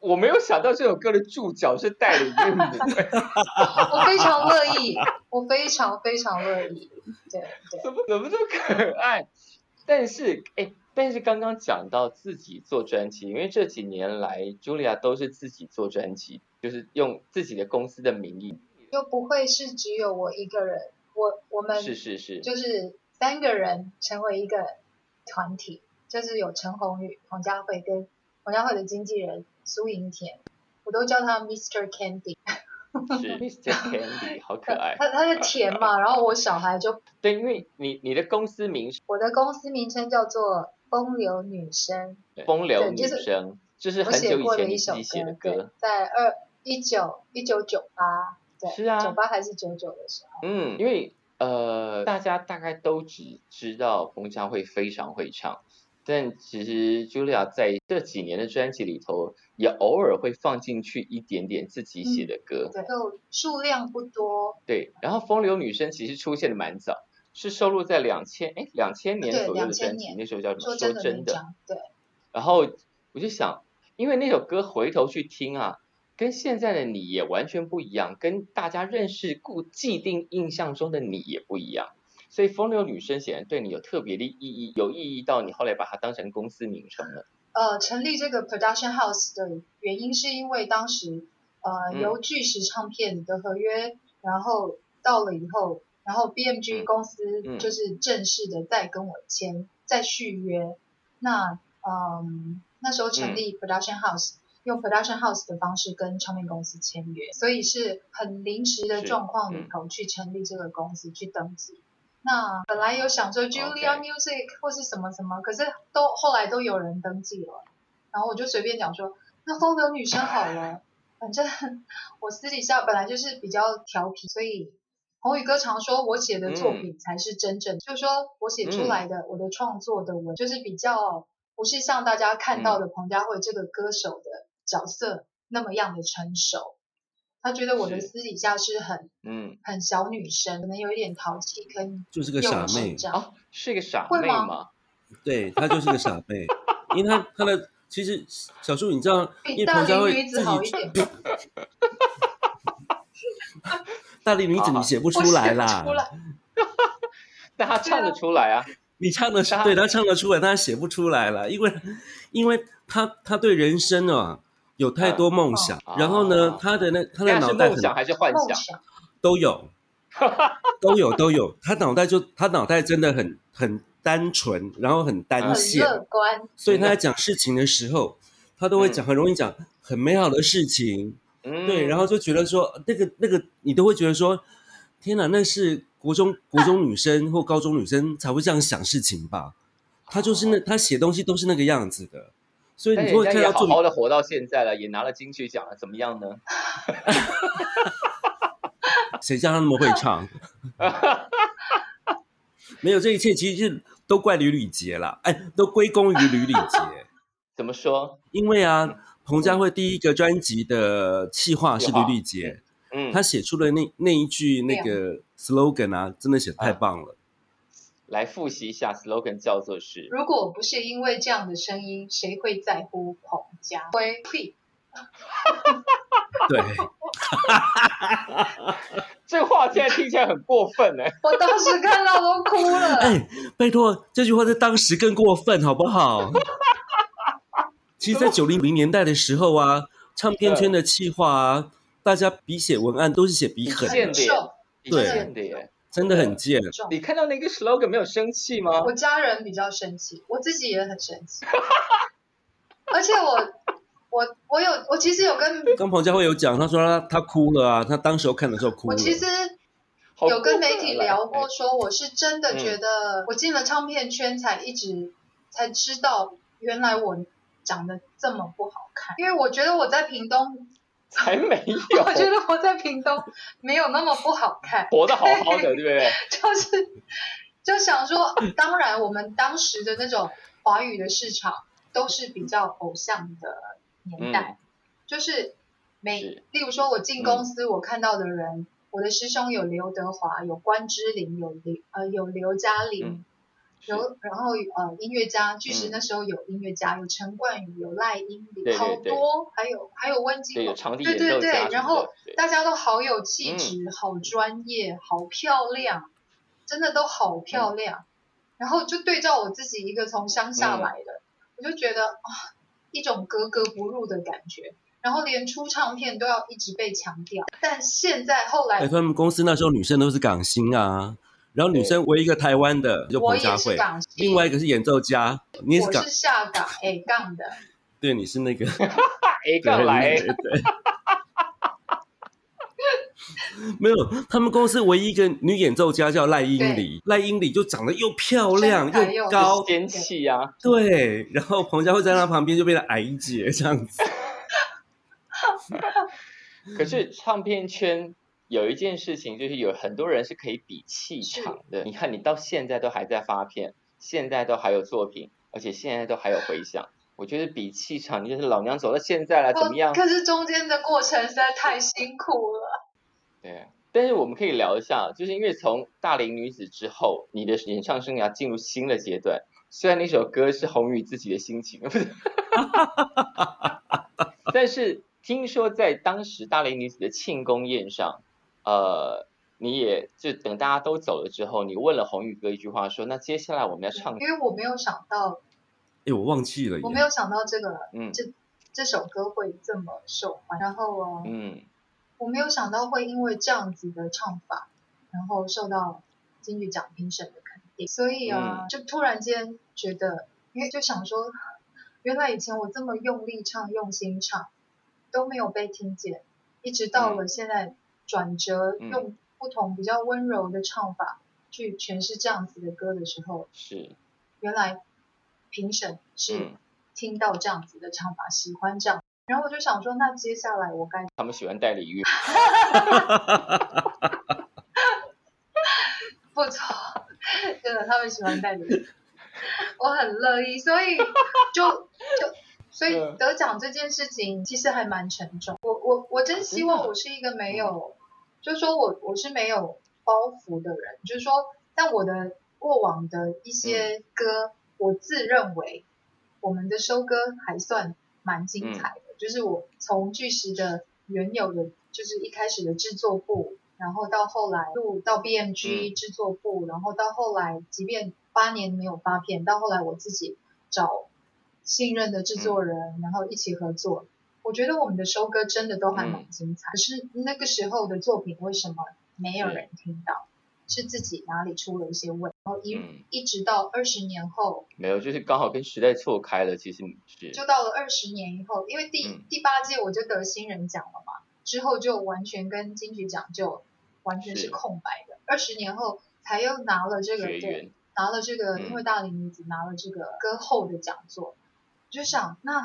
Speaker 4: 我没有想到这首歌的注脚是代理孕母，
Speaker 2: 我非常乐意，我非常非常乐意。对对，
Speaker 4: 怎么怎么这么可爱？但是，哎，但是刚刚讲到自己做专辑，因为这几年来，Julia 都是自己做专辑，就是用自己的公司的名义，
Speaker 2: 又不会是只有我一个人，我我们
Speaker 4: 是是是，
Speaker 2: 就是三个人成为一个团体，就是有陈鸿宇、黄家慧跟黄家慧的经纪人苏盈田，我都叫他 Mr. Candy，
Speaker 4: 是 Mr. Candy，好可爱。
Speaker 2: 他他是甜嘛，然后我小孩就
Speaker 4: 对，因为你你的公司名是
Speaker 2: 我的公司名称叫做风流女生，
Speaker 4: 对风流
Speaker 2: 对
Speaker 4: 女
Speaker 2: 就是
Speaker 4: 生，就是
Speaker 2: 我
Speaker 4: 很
Speaker 2: 写
Speaker 4: 久以
Speaker 2: 过的
Speaker 4: 前
Speaker 2: 一
Speaker 4: 你
Speaker 2: 首
Speaker 4: 自己写的
Speaker 2: 对
Speaker 4: 歌，
Speaker 2: 在二一九一九九八，对，
Speaker 4: 是啊
Speaker 2: 九八还是九九的时候，
Speaker 4: 嗯，因为呃，大家大概都只知道彭佳慧非常会唱，但其实 Julia 在这几年的专辑里头，也偶尔会放进去一点点自己写的歌。
Speaker 2: 对，就数量不多，
Speaker 4: 对，然后风流女生其实出现的蛮早，是收录在两千哎两千年
Speaker 2: 对
Speaker 4: 左右的
Speaker 2: 2000
Speaker 4: 专辑，
Speaker 2: 年
Speaker 4: 那时候叫什么？
Speaker 2: 说真的
Speaker 4: 说
Speaker 2: 那
Speaker 4: 真
Speaker 2: 一
Speaker 4: 的。
Speaker 2: 张，对，
Speaker 4: 然后我就想，因为那首歌回头去听啊，跟现在的你也完全不一样，跟大家认识固既定印象中的你也不一样。所以风流女生显然对你有特别的意义，有意义到你后来把它当成公司名称了。
Speaker 2: 呃，成立这个 production house 的原因是因为当时呃、
Speaker 4: 嗯
Speaker 2: 由巨石唱片的合约，然后到了以后，然后 BMG
Speaker 4: 嗯
Speaker 2: 公司
Speaker 4: 嗯
Speaker 2: 就是正式的再跟我签、再续约，那嗯那时候成立 production house、用 production house 的方式跟唱片公司签约，所以是很临时的
Speaker 4: 是
Speaker 2: 状况里
Speaker 4: 嗯
Speaker 2: 头去成立这个公司、去登记。那本来有想说 Julia
Speaker 4: OK
Speaker 2: Music 或是什么什么，可是都后来都有人登记了，然后我就随便讲说，那风流女生好了，反正我私底下本来就是比较调皮，所以宏宇哥常说我写的作
Speaker 4: 嗯
Speaker 2: 品才是真正，就是说我写出来的、我的创作的文，就是比较不是像大家看到的
Speaker 4: 嗯
Speaker 2: 彭佳慧这个歌手的角色那么样的成熟。他觉得我的
Speaker 4: 是
Speaker 2: 私底下是很
Speaker 4: 嗯，
Speaker 2: 很小女生，可能有一点淘气跟
Speaker 3: 就是个
Speaker 2: 幼
Speaker 3: 傻
Speaker 2: 稚
Speaker 3: 妹
Speaker 2: 这样。
Speaker 4: 啊，是个傻
Speaker 2: 会
Speaker 4: 妹
Speaker 2: 吗
Speaker 4: 吗？
Speaker 3: 对她就是个傻妹，因为她她的其实小树，你知道，因
Speaker 2: 比
Speaker 3: 为
Speaker 2: 大
Speaker 3: 彭佳
Speaker 2: 龄
Speaker 3: 慧
Speaker 2: 女
Speaker 3: 自
Speaker 2: 子好一
Speaker 3: 己
Speaker 2: 点，
Speaker 3: 大龄女子你写不
Speaker 2: 我
Speaker 3: 出来
Speaker 2: 写不
Speaker 3: 啦
Speaker 2: 出，来。
Speaker 4: 但她唱得出来啊。
Speaker 3: 你唱的是
Speaker 4: 她
Speaker 3: 对，她唱得出来，但她写不出来啦，因为因为她她对人生啊有太多梦想，
Speaker 4: 嗯
Speaker 3: 然后呢
Speaker 4: 哦，
Speaker 3: 她的那她的
Speaker 4: 那是
Speaker 3: 脑袋
Speaker 4: 梦
Speaker 3: 很
Speaker 4: 想还是幻
Speaker 2: 梦
Speaker 4: 想？
Speaker 2: 想，
Speaker 3: 都有，都有都有，她脑袋就她脑袋真的很很单纯，然后很单
Speaker 2: 很
Speaker 3: 线，
Speaker 2: 乐观，
Speaker 3: 所以她在讲事情的时候，她都会讲很容易讲很美好的事情。
Speaker 4: 嗯，
Speaker 3: 对，然后就觉得说那个那个，你都会觉得说，天哪，那是国中国中女生或高中女生才会这样想事情吧？她就是那她写东西都是那个样子的，所以
Speaker 4: 但
Speaker 3: 你就会
Speaker 4: 人家
Speaker 3: 看
Speaker 4: 哦哎也
Speaker 3: 到作
Speaker 4: 好好
Speaker 3: 品
Speaker 4: 的活到现在了，也拿了金曲奖了，怎么样呢？
Speaker 3: 谁叫她那么会唱？ 没有，这一切其实是都怪吕礼杰啦，哎，都归功于吕礼杰，
Speaker 4: 怎么说？
Speaker 3: 因为啊，彭佳慧第一个专辑的企划是
Speaker 4: 嗯企划
Speaker 3: 吕礼杰，
Speaker 4: 嗯，
Speaker 3: 他写出的那那一句那个 slogan 啊，真的写的太棒了。
Speaker 4: 来复习一下 slogan 叫做是
Speaker 2: 如果不是因为这样的声音，谁会在乎彭佳慧？呸！嗯
Speaker 3: 对，
Speaker 4: 这话现在听起来很过分哎、
Speaker 2: 我当时看到都哭了。
Speaker 3: 哎，拜托，这句话在当时更过分，好不好？其实，在九零零年代的时候啊，唱片圈的企划啊，大家笔写文案都是写笔
Speaker 4: 很
Speaker 3: 狠
Speaker 4: 贱
Speaker 3: 的，
Speaker 4: 的耶
Speaker 2: 瘦，
Speaker 4: 一
Speaker 3: 对
Speaker 4: 见的耶。
Speaker 3: 真的很贱。
Speaker 2: 重
Speaker 4: 你看到那个 slogan 没有生气吗？
Speaker 2: 我家人比较生气，我自己也很生 气。而且我我我有我其实有跟
Speaker 3: 刚彭佳慧有讲，她说她她哭了啊，她当时候看的时候哭
Speaker 2: 我
Speaker 3: 了。
Speaker 2: 其实
Speaker 4: 好过分啊
Speaker 2: 有跟媒体聊过，
Speaker 4: 哎，嗯
Speaker 2: 说我是真的觉得我进了唱片圈才一直才知道原来我长得这么不好看，因为我觉得我在屏东，
Speaker 4: 才没
Speaker 2: 我觉
Speaker 4: 有，
Speaker 2: 得我在屏东没有那么不好看。
Speaker 4: 活得好好的，对不对？
Speaker 2: 就是就想说，当然我们当时的那种华语的市场都是比较偶像的年代，就是每
Speaker 4: 嗯是嗯
Speaker 2: 例如说我进公司，我看到的人，我的师兄有刘德华，有关之琳，有刘呃有刘嘉玲。
Speaker 4: 嗯是
Speaker 2: 有，然后呃，音乐家，巨石
Speaker 4: 嗯
Speaker 2: 那时候有音乐家，有陈冠宇，有赖英里，
Speaker 4: 对对
Speaker 2: 好
Speaker 4: 对
Speaker 2: 多，还有还有温金
Speaker 4: 对，有
Speaker 2: 龙，
Speaker 4: 场地
Speaker 2: 对
Speaker 4: 演
Speaker 2: 对
Speaker 4: 奏
Speaker 2: 对
Speaker 4: 家什么的，
Speaker 2: 然后
Speaker 4: 对嗯
Speaker 2: 大家都好有气质，好专业，好漂亮，真的都好漂
Speaker 4: 嗯
Speaker 2: 亮。然后就对照我自己一个从乡下来的，
Speaker 4: 嗯
Speaker 2: 我就觉得啊，一种格格不入的感觉。然后连出唱片都要一直被强调，但现在后
Speaker 3: 拜
Speaker 2: 来
Speaker 3: 托，他们公司哎那时候女生都是港星啊，然后女生唯一一个台湾的就
Speaker 2: 我
Speaker 3: 彭
Speaker 2: 也
Speaker 3: 佳
Speaker 2: 是
Speaker 3: 慧，
Speaker 2: 港星，
Speaker 3: 另外一个是演奏家，你也是
Speaker 2: 我
Speaker 3: 港
Speaker 2: 是，下港 A 杠的，
Speaker 4: 啊
Speaker 3: 对，你是那个。
Speaker 4: 大 A 杠来
Speaker 3: 对，对对 没有，他们公司唯一一个女演奏家叫赖英里，赖英里就长得又漂
Speaker 2: 身
Speaker 3: 亮
Speaker 2: 材又
Speaker 3: 又高，
Speaker 4: 仙气啊，
Speaker 3: 对，然后彭佳慧在她旁边就变成矮姐这样子，
Speaker 2: 嗯
Speaker 4: 可是唱片圈有一件事情，就是有很多人是可以比气场的。你看，你到现在都还在发片，现在都还有作品，而且现在都还有回响。我觉得比气场，你就是老娘走到现在了，怎么样？
Speaker 2: 可是中间的过程实在太辛苦了。
Speaker 4: 对。但是我们可以聊一下，就是因为从大龄女子之后，你的演唱生涯进入新的阶段。虽然那首歌是红宇自己的心情，不 是，但是听说在当时大龄女子的庆功宴上，呃，你也就等大家都走了之后，你问了红宇哥一句话说，那接下来我们要唱，
Speaker 2: 因为我没有想到，
Speaker 3: 哎，我忘记了耶，
Speaker 2: 我没有想到这个
Speaker 4: 嗯
Speaker 2: 这首歌会这么受欢迎。然后啊，
Speaker 4: 嗯，
Speaker 2: 我没有想到会因为这样子的唱法，然后受到金曲奖评审的肯定。所以啊，
Speaker 4: 嗯
Speaker 2: 就突然间觉得，因为就想说，原来以前我这么用力唱、用心唱都没有被听见，一直到了现在转折，
Speaker 4: 嗯
Speaker 2: 用不同比较温柔的唱法去诠释这样子的歌的时候，
Speaker 4: 是，
Speaker 2: 原来评审是
Speaker 4: 嗯，
Speaker 2: 听到这样子的唱法，喜欢这样。然后我就想说，那接下来我该
Speaker 4: 他们喜欢戴礼玉，
Speaker 2: 不错，真的，他们喜欢戴礼物，我很乐意，所以就就所以
Speaker 4: 嗯
Speaker 2: 得奖这件事情其实还蛮沉重。我我我真希望我是一个没有，就是说我我是没有包袱的人，就是说，但我的过往的一些歌，我自认为我们的收割还算蛮精彩的，就是我从巨石的原有的，就是一开始的制作部，然后到后来录到 BMG 制作部，然后到后来，即便八年没有发片，到后来我自己找信任的制作人，然后一起合作。我觉得我们的收割真的都还蛮精彩，可是那个时候的作品为什么没有人听到？是自己哪里出了一些问题，然后一、
Speaker 4: 嗯，
Speaker 2: 一直到二十年后，
Speaker 4: 没有，就是刚好跟时代错开了，其实是，
Speaker 2: 就到了二十年以后，因为第、
Speaker 4: 嗯
Speaker 2: 第八届我就得新人奖了嘛，之后就完全跟金曲奖就完全是
Speaker 4: 是
Speaker 2: 空白的。二十年后才又拿了这个
Speaker 4: 学
Speaker 2: 对
Speaker 4: 员，
Speaker 2: 拿了这个，
Speaker 4: 嗯
Speaker 2: 因为大龄女子拿了这个歌后的讲座，我就想那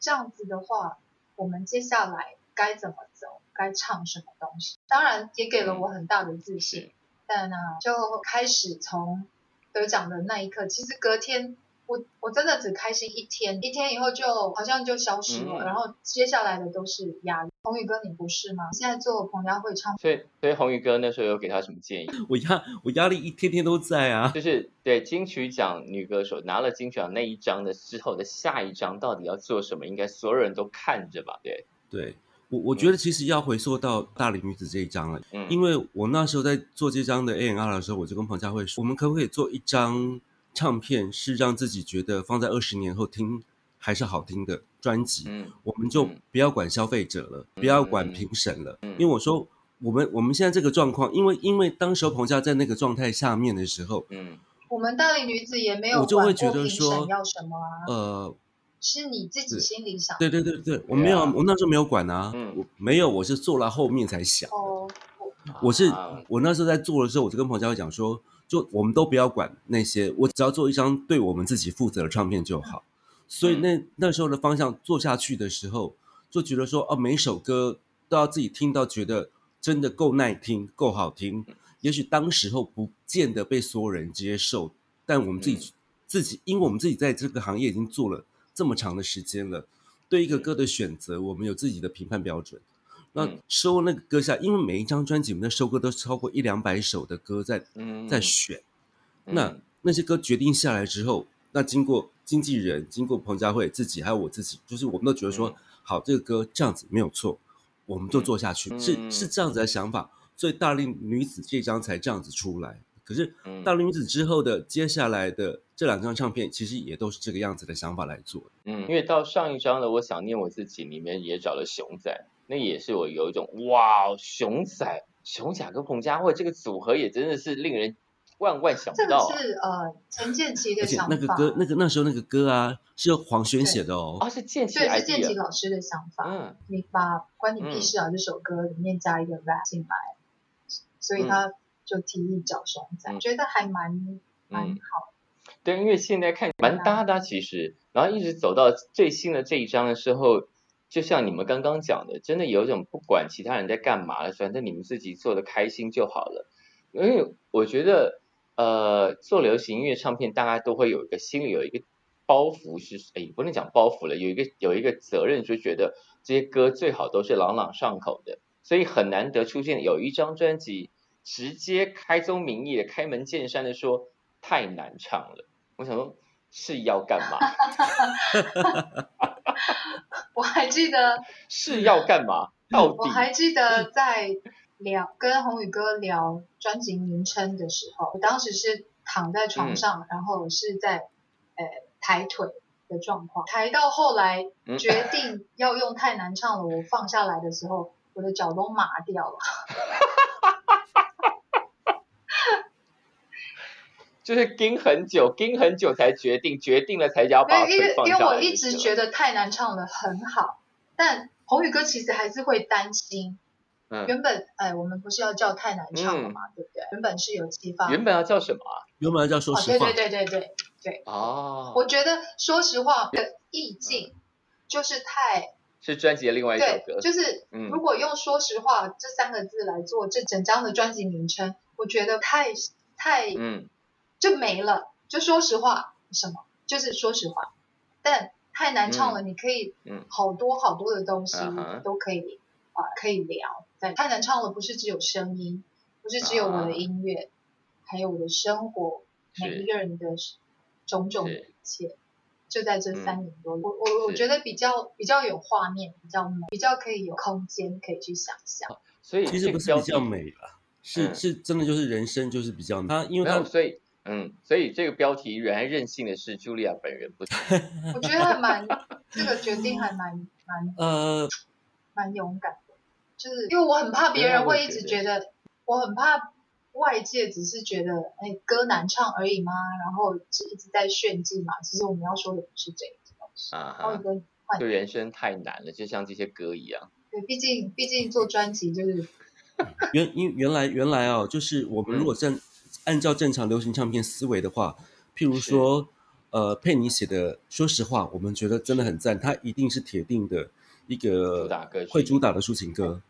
Speaker 2: 这样子的话，我们接下来该怎么走，该唱什么东西？当然也给
Speaker 3: 嗯
Speaker 2: 了我很大的自信，
Speaker 4: 是
Speaker 2: 但呢、就开始从得奖的那一刻，其实隔天。我我真的只开心一天，一天以后就好像就消失了，
Speaker 4: 嗯
Speaker 2: 然后接下来的都是压力。宏宇哥，你不是吗？你现在做彭佳慧唱，
Speaker 4: 所以所以红宇哥那时候有给他什么建议？
Speaker 3: 我压我压力一天天都在啊，
Speaker 4: 就是对金曲奖女歌手拿了金曲奖那一张的之后的下一张到底要做什么，应该所有人都看着吧？对，
Speaker 3: 对。我我觉得其实要回溯到大龄女子这一章了，
Speaker 4: 嗯，
Speaker 3: 因
Speaker 4: 为
Speaker 3: 为我那时候在做这张的 A N R 的时候，我就跟彭佳慧说，我们可不可以做一张唱片，是让自己觉得放在二十年后听还是好听的专辑？
Speaker 4: 嗯
Speaker 3: 我们就
Speaker 4: 嗯
Speaker 3: 不要管消费者了，不要管评审了，因为我说我们我们现在这个状况，因为因为当时候彭佳在那个状态下面的时候，
Speaker 4: 嗯
Speaker 2: 我们大龄女子也没有
Speaker 3: 我就会
Speaker 2: 管
Speaker 3: 觉
Speaker 2: 过
Speaker 3: 得
Speaker 2: 评
Speaker 3: 说
Speaker 2: 审要什么啊，
Speaker 3: 呃，
Speaker 2: 是你自己
Speaker 3: 是
Speaker 2: 心里想的
Speaker 3: 对对对对，我没有，
Speaker 4: 对啊
Speaker 3: 我那时候没有管啊，
Speaker 4: 嗯
Speaker 3: 我没有，我是做了后面才想，
Speaker 2: 哦。
Speaker 3: 我是
Speaker 4: 啊
Speaker 3: 我那时候在做的时候，我就跟彭佳慧讲说，就我们都不要管那些，我只要做一张对我们自己负责的唱片就好。所以
Speaker 4: 嗯
Speaker 3: 那那时候的方向做下去的时候，就觉得说，哦，每首歌都要自己听到，觉得真的够耐听、够好听。也许当时候不见得被所有人接受，但我们自己、
Speaker 4: 嗯
Speaker 3: 自己，因为我们自己在这个行业已经做了这么长的时间了，对一个歌的选择，我们有自己的评判标准。那
Speaker 4: 嗯
Speaker 3: 收那个歌下，因为每一张专辑我们的收歌都超过一两百首的歌在
Speaker 4: 嗯
Speaker 3: 在选。
Speaker 4: 嗯
Speaker 3: 那那些歌决定下来之后，那经过经纪人、经过彭佳慧自己还有我自己，就是我们都觉得说，
Speaker 4: 嗯
Speaker 3: 好，这个歌这样子没有错，我们就做下去，
Speaker 4: 嗯
Speaker 3: 是是这样子的想法。所以大龄女子这张才这样子出来。可是
Speaker 4: 嗯
Speaker 3: 大龄女子之后的接下来的这两张唱片，其实也都是这个样子的想法来做。
Speaker 4: 嗯，因为到上一张的我想念我自己里面也找了熊仔，那也是我哦有一种哇，熊仔熊仔跟彭佳慧这个组合也真的是令人万万想
Speaker 2: 这
Speaker 4: 不
Speaker 2: 个
Speaker 4: 到啊
Speaker 2: 是呃陈建奇的
Speaker 3: 而且
Speaker 2: 想法，
Speaker 3: 那个歌，那个那时候那个歌啊，是由黄轩写的哦
Speaker 4: 啊，啊，。是建奇
Speaker 2: 对，是建奇
Speaker 4: idea，
Speaker 2: 老师的想法。
Speaker 4: 嗯，
Speaker 2: 你把“关你
Speaker 3: 嗯
Speaker 2: 屁事啊”这首歌里面加一个 rap 进来，所
Speaker 3: 嗯
Speaker 2: 以他就提议找熊仔，
Speaker 4: 嗯
Speaker 2: 觉得还蛮蛮
Speaker 4: 嗯
Speaker 2: 好。
Speaker 4: 对，因为现在看蛮搭的啊，其实，然后一直走到最新的这一章的时候，就像你们刚刚讲的，真的有一种不管其他人在干嘛了，反正你们自己做的开心就好了。因为我觉得，呃，做流行音乐唱片，大家都会有一个心里有一个包袱是，哎，不能讲包袱了，有一个有一个责任，就觉得这些歌最好都是朗朗上口的，所以很难得出现有一张专辑直接开宗明义的开门见山的说太难唱了。我想说是要干嘛？
Speaker 2: 我还记得，
Speaker 4: 是要干嘛？到
Speaker 2: 我
Speaker 4: 底
Speaker 2: 还记
Speaker 4: 嗯
Speaker 2: 得在聊跟宏宇哥聊专辑名称的时候，我当时是躺在
Speaker 4: 嗯
Speaker 2: 床上，然后是在呃抬腿的状况，抬到后来
Speaker 4: 嗯
Speaker 2: 决定要用太难唱了，我放下来的时候，我的脚都麻掉了。
Speaker 4: 就是盯很久，盯很久才决定，决定了才要把
Speaker 2: 没有，因
Speaker 4: 腿
Speaker 2: 为
Speaker 4: 放
Speaker 2: 因为
Speaker 4: 下来
Speaker 2: 我
Speaker 4: 的
Speaker 2: 一
Speaker 4: 时
Speaker 2: 直
Speaker 4: 候
Speaker 2: 觉得太难唱了很好，但宏宇哥其实还是会担心。
Speaker 4: 嗯，
Speaker 2: 原本哎，我们不是要叫太难唱了嘛，对不对？原本是有激发。
Speaker 4: 原本要叫什么
Speaker 3: 原本叫说
Speaker 2: 哦，
Speaker 3: 实
Speaker 2: 对
Speaker 3: 话
Speaker 2: 对，对对对，
Speaker 4: 啊？哦，嗯
Speaker 2: 我觉得说实话，的意境就是太
Speaker 4: 是专辑的另外一首
Speaker 2: 对
Speaker 4: 歌，，
Speaker 2: 就是
Speaker 4: 嗯
Speaker 2: 如果用“说实话”这三个字来做这整张的专辑名称，我觉得太太
Speaker 4: 嗯
Speaker 2: 就没了。就说实话，什么就是说实话，但太难唱了，你可以
Speaker 4: 嗯
Speaker 2: 好多好多的东西
Speaker 4: 啊哈
Speaker 2: 都可以啊、可以聊。但太难唱了，不是只有声音，不是只有我
Speaker 4: 啊
Speaker 2: 的音乐，还有我的生活，每一
Speaker 4: 是
Speaker 2: 个人的种种的
Speaker 4: 是
Speaker 2: 一切。就在这
Speaker 4: 嗯
Speaker 2: 三年多，我我我
Speaker 4: 是
Speaker 2: 觉得比较比较有画面，比较美，比较可以有空间可以去想象。
Speaker 4: 所以
Speaker 3: 其实
Speaker 4: 这
Speaker 3: 不
Speaker 4: 个
Speaker 3: 是
Speaker 4: 标
Speaker 3: 比较
Speaker 4: 题，
Speaker 3: 美了，是
Speaker 4: 嗯
Speaker 3: 是真的就是人生就是比较美。他因为
Speaker 4: 没
Speaker 3: 他
Speaker 4: 有，所以嗯，所以这个标题仍然任性的是茱莉亚本人，不是？
Speaker 2: 我觉得还蛮这个决定还蛮蛮
Speaker 3: 呃，
Speaker 2: 蛮勇敢的，就是因为我很怕别人会一直觉得，我很怕外界只是觉得，哎，歌难唱而已嘛，然后是一直在炫技嘛。其实我们要说的不是这个东西。
Speaker 4: 啊
Speaker 2: 然后
Speaker 4: 哈，
Speaker 2: 跟
Speaker 4: 就人生太难了，就像这些歌一样，
Speaker 2: 对，毕竟毕竟做专辑就是
Speaker 3: 原因原来原来哦，就是我们如
Speaker 4: 嗯
Speaker 3: 果正、按照正常流行唱片思维的话，譬如说，呃，佩妮写的，说实话，我们觉得真的很赞，它一定是铁定的一个
Speaker 4: 主打歌曲
Speaker 3: 会主打的抒情歌，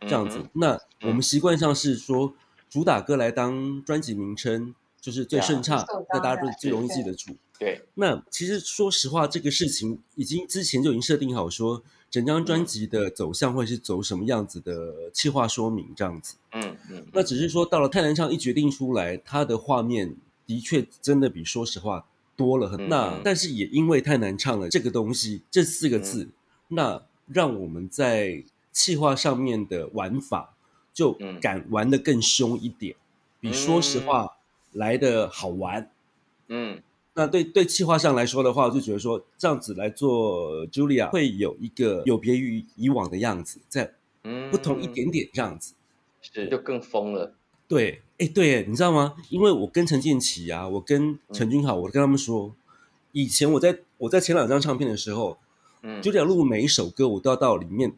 Speaker 3: 这样子。
Speaker 4: 嗯哼
Speaker 3: 那我们习惯上是说主打歌来当专辑名称，就是最顺畅
Speaker 2: 对啊，
Speaker 3: 那大家都最容易记
Speaker 2: 对
Speaker 3: 得住。
Speaker 4: 对，
Speaker 3: 那其实说实话，这个事情已经之前就已经设定好说，整张专
Speaker 4: 嗯
Speaker 3: 辑的走向会是走什么样子的企划说明这样子。
Speaker 4: 嗯嗯，
Speaker 3: 那只是说到了太南唱一决定出来，它的画面的确真的比说实话多了很。
Speaker 4: 嗯
Speaker 3: 那
Speaker 4: 嗯
Speaker 3: 但是也因为太难唱了这个东西，这四个
Speaker 4: 嗯
Speaker 3: 字，那让我们在企划上面的玩法就
Speaker 4: 嗯
Speaker 3: 敢玩的更凶一点，比说实
Speaker 4: 嗯
Speaker 3: 话来的好玩。
Speaker 4: 嗯
Speaker 3: 那对对企划上来说的话，我就觉得说这样子来做呃 Julia 会有一个有别于以往的样子，在
Speaker 4: 嗯，
Speaker 3: 不同一点点这样子。
Speaker 4: 是就更疯了，
Speaker 3: 对，哎，对，你知道吗？因为我跟陈建奇啊，我
Speaker 4: 嗯
Speaker 3: 跟陈君豪，我跟他们说，以前我在我在前两张唱片的时候，
Speaker 4: 嗯，
Speaker 3: Julia 录每一首歌，我都要到里面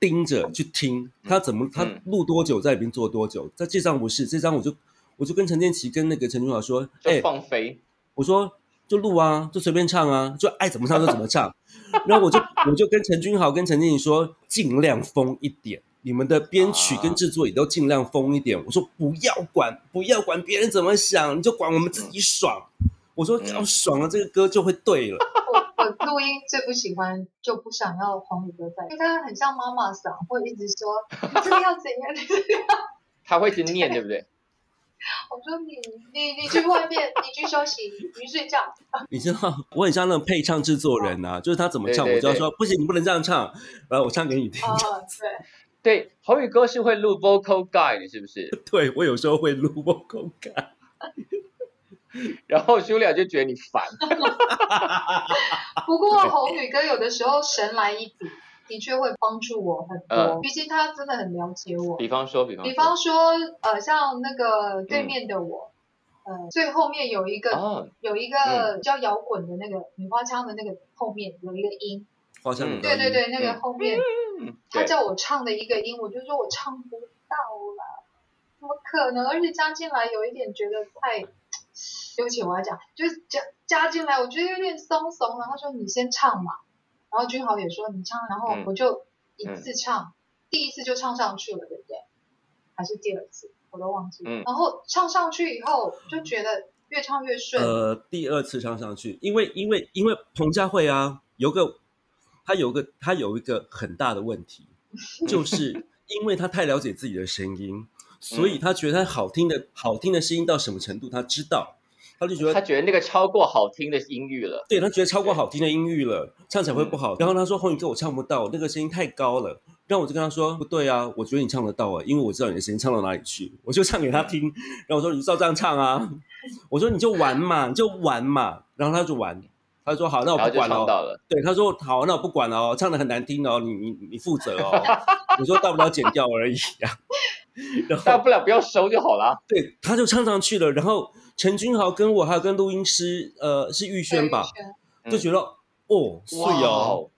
Speaker 3: 盯着去听，他怎么他
Speaker 4: 嗯
Speaker 3: 录多久，在里面做多久。在这张不是，这张我就我就跟陈建奇跟那个陈君豪说，哎
Speaker 4: 就，放飞，
Speaker 3: 我说就录啊，就随便唱啊，就爱怎么唱就怎么唱。 然后我就我就跟陈君豪跟陈建宇说，尽量疯一点，你们的编
Speaker 4: 啊
Speaker 3: 曲跟制作也都尽量疯一点。我说不要管不要管别人怎么想，你就管我们自己爽。我说
Speaker 4: 嗯
Speaker 3: 要爽了，这个歌就会对了。
Speaker 2: 我我呃录音最不喜欢就不想要黄宇哥在，因为他很像妈妈嗓，会一直说你这个要怎样，你这 个要
Speaker 4: 他会一直念，对不对？
Speaker 2: 我说你你你去外面，你去休息，你去睡觉，
Speaker 3: 你知道，我很像那种配唱制作人啊，就是他怎么唱，
Speaker 4: 对对
Speaker 3: 我就要
Speaker 4: 对
Speaker 3: 说不行，你不能这样唱，然后我唱给你听。
Speaker 2: 啊、对。
Speaker 4: 对，宏宇哥是会录 vocal guide 是不是？
Speaker 3: 对我有时候会录 vocal 感，
Speaker 4: 然后 Julia 就觉得你烦，
Speaker 2: 不过宏宇哥有的时候神来一笔，的确会帮助我很多，
Speaker 4: 呃
Speaker 2: 毕竟他真的很了解我。
Speaker 4: 比方说，比方
Speaker 2: 比
Speaker 4: 说，
Speaker 2: 方说，呃，像那个对面的我，呃，最后面有一个、
Speaker 4: 哦
Speaker 2: 有一个叫摇滚的那个女花腔的那个后面有一个音，
Speaker 3: 花香
Speaker 4: 嗯
Speaker 3: 的
Speaker 2: 对对对，那个
Speaker 4: 嗯
Speaker 2: 后面、
Speaker 4: 嗯，
Speaker 2: 他
Speaker 4: 对，
Speaker 2: 叫我唱的一个音，我就说我唱不到啦，怎么可能？而且加进来有一点觉得太，对不起，我要讲，就是加加进来，我觉得有点松松。然后说你先唱嘛，然后君豪也说你唱，然后
Speaker 4: 嗯
Speaker 2: 我就一次唱，第一次就唱上去了，对不对？还是第二次，我都忘记了。
Speaker 4: 嗯
Speaker 2: 然后唱上去以后，就觉得越唱越顺。
Speaker 3: 呃，第二次唱上去，因为因为因为彭佳慧啊，有个她有个她有一个很大的问题，就是因为她太了解自己的声音，所以她觉得她好听的好听的声音到什么程度，她知道，她就觉
Speaker 4: 他
Speaker 3: 得。
Speaker 4: 觉得那个超过好听的音域了，
Speaker 3: 对她觉得超过好听的音域了，唱起来会不好。然后她说：“红宇哥，我唱不到，那个声音太高了。”然后我就跟她说：“不对啊，我觉得你唱得到啊，因为我知道你的声音唱到哪里去。”我就唱给她听。然后我说：“你照这样唱啊。”我说：“你就玩嘛，你就玩嘛。”然后她就玩，她说：“好，那我
Speaker 4: 然后
Speaker 3: 不
Speaker 4: 就
Speaker 3: 管了哦
Speaker 4: 唱。”到了，
Speaker 3: 对，他说好，那我不管了哦，唱的很难听哦，你你你负责哦。 我说大不了剪掉而已啊。 然
Speaker 4: 大
Speaker 3: 后
Speaker 4: 不了不要收就好啦。
Speaker 3: 对，他就唱上去了。然后陈君豪跟我还有跟录音师，呃，是玉轩吧，
Speaker 2: 对
Speaker 4: 轩
Speaker 3: 就觉得哦，碎
Speaker 4: 哇
Speaker 3: 哦，，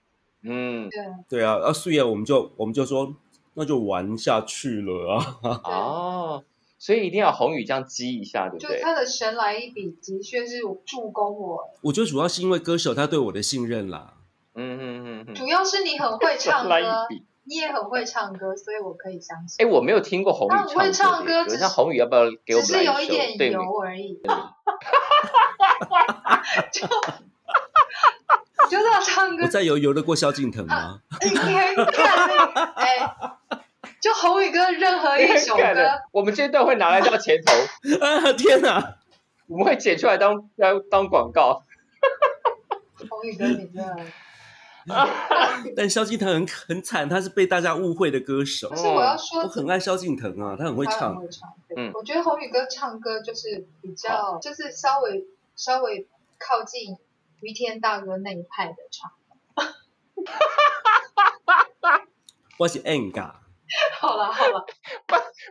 Speaker 4: 嗯，
Speaker 2: 对，
Speaker 3: 对啊，啊碎啊，我们就我们就说那就玩下去了啊。
Speaker 4: 哦，所以一定要宏宇这样激一下，对不
Speaker 2: 就
Speaker 4: 对？
Speaker 2: 他的神来一笔，的确是助攻我
Speaker 3: 我觉得主要是因为歌手他对我的信任啦。
Speaker 4: 嗯嗯嗯嗯
Speaker 2: 主。要是你很会唱
Speaker 4: 来一
Speaker 2: 歌
Speaker 4: 笔，
Speaker 2: 你也很会唱歌，所以我可以相
Speaker 4: 哎，
Speaker 2: 信。
Speaker 4: 我没有听过宏宇
Speaker 2: 他很会
Speaker 4: 唱
Speaker 2: 唱
Speaker 4: 这
Speaker 2: 歌
Speaker 4: 个
Speaker 2: 只是
Speaker 4: 那宏宇要不要给我
Speaker 2: 只
Speaker 4: 们
Speaker 2: 是
Speaker 4: 来
Speaker 2: 有一
Speaker 4: 一首？对
Speaker 2: 点
Speaker 4: 你
Speaker 2: 油而已， 你就知道唱歌
Speaker 3: 我再游游得过萧敬腾啊吗？
Speaker 2: 你看那个，哎，就宏宇哥任何一首
Speaker 4: 看
Speaker 2: 歌
Speaker 4: 了，我们这段会拿来到前 头，
Speaker 3: 啊天哪！
Speaker 4: 我们会剪出来当当当广告。
Speaker 2: 宏宇哥你真的，
Speaker 3: 但萧敬腾很很惨，他是被大家误会的歌手
Speaker 2: 不。是我要说
Speaker 3: 我很爱萧敬腾啊，他很会
Speaker 2: 他很
Speaker 3: 唱。
Speaker 2: 会唱，对，
Speaker 4: 嗯
Speaker 2: 我觉得宏宇哥唱歌就是比较，就是稍微稍微靠近于天大哥那一派的唱。
Speaker 3: 我是 N 嘎，
Speaker 2: 好了好了，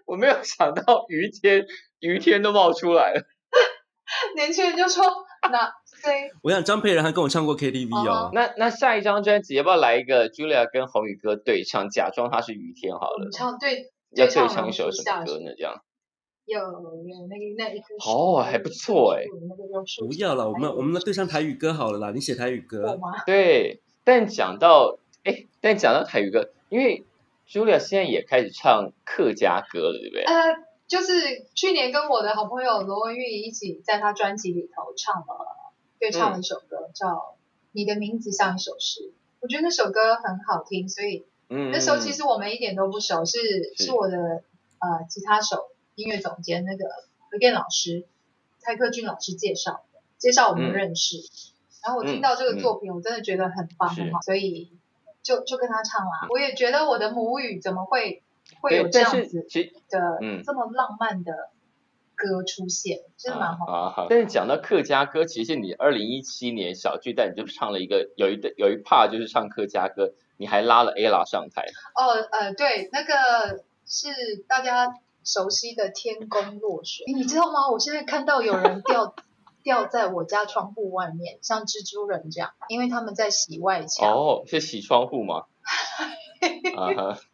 Speaker 4: 我没有想到于天，于天都冒出来了。
Speaker 2: 年轻人就说那谁
Speaker 3: 我想张佩仁还跟我唱过 KTV 哦。
Speaker 4: 那那下一张专辑要不要来一个 Julia 跟宏宇哥对唱，假装他是于天好
Speaker 2: 我
Speaker 4: 了
Speaker 2: 们，唱对对
Speaker 4: 要对
Speaker 2: 唱
Speaker 4: 唱一首
Speaker 2: 容易
Speaker 4: 什么
Speaker 2: 下
Speaker 4: 歌
Speaker 2: 雪
Speaker 4: 呢？这样
Speaker 2: 有有那个那一棵树
Speaker 4: 哦还不错哎，
Speaker 2: 那个榕树
Speaker 3: 不要了，我们我们来对上台语歌好了啦。你写台语
Speaker 2: 我
Speaker 3: 歌，
Speaker 2: 吗？
Speaker 4: 对。但讲到哎，但讲到台语歌，因为 Julia 现在也开始唱客家歌了，对不对？
Speaker 2: 呃，就是去年跟我的好朋友罗文玉一起在他专辑里头唱了对唱
Speaker 4: 嗯
Speaker 2: 了一首歌，叫《你的名字像一首诗》。我觉得那首歌很好听，所以
Speaker 4: 嗯，
Speaker 2: 那时候其实我们一点都不熟，是
Speaker 4: 是
Speaker 2: 是我的呃吉他手、音乐总监那个何健老师、蔡克俊老师介绍的，介绍我们
Speaker 4: 嗯
Speaker 2: 认识。然后我
Speaker 4: 嗯
Speaker 2: 听到这
Speaker 4: 嗯
Speaker 2: 个作品，我真的觉得很棒，
Speaker 4: 是嗯
Speaker 2: 很好，所以就就跟他唱啦。我也觉得我的母语怎么会会
Speaker 4: 对
Speaker 2: 有，这
Speaker 4: 但
Speaker 2: 样
Speaker 4: 是
Speaker 2: 子
Speaker 4: 其实
Speaker 2: 的、
Speaker 4: 嗯
Speaker 2: 这么浪漫的歌出现，真的蛮好。
Speaker 4: 啊好但是讲到客家歌，其实你二零一七年小巨蛋你就唱了一个，有一段有一 part 就是唱客家歌，你还拉了 ella 上台。
Speaker 2: 哦，呃，对，那个是大家熟悉的天宫落雪，你知道吗？我现在看到有人掉掉在我家窗户外面，像蜘蛛人这样，因为他们在洗外墙。
Speaker 4: 哦，是洗窗 户吗？啊哈。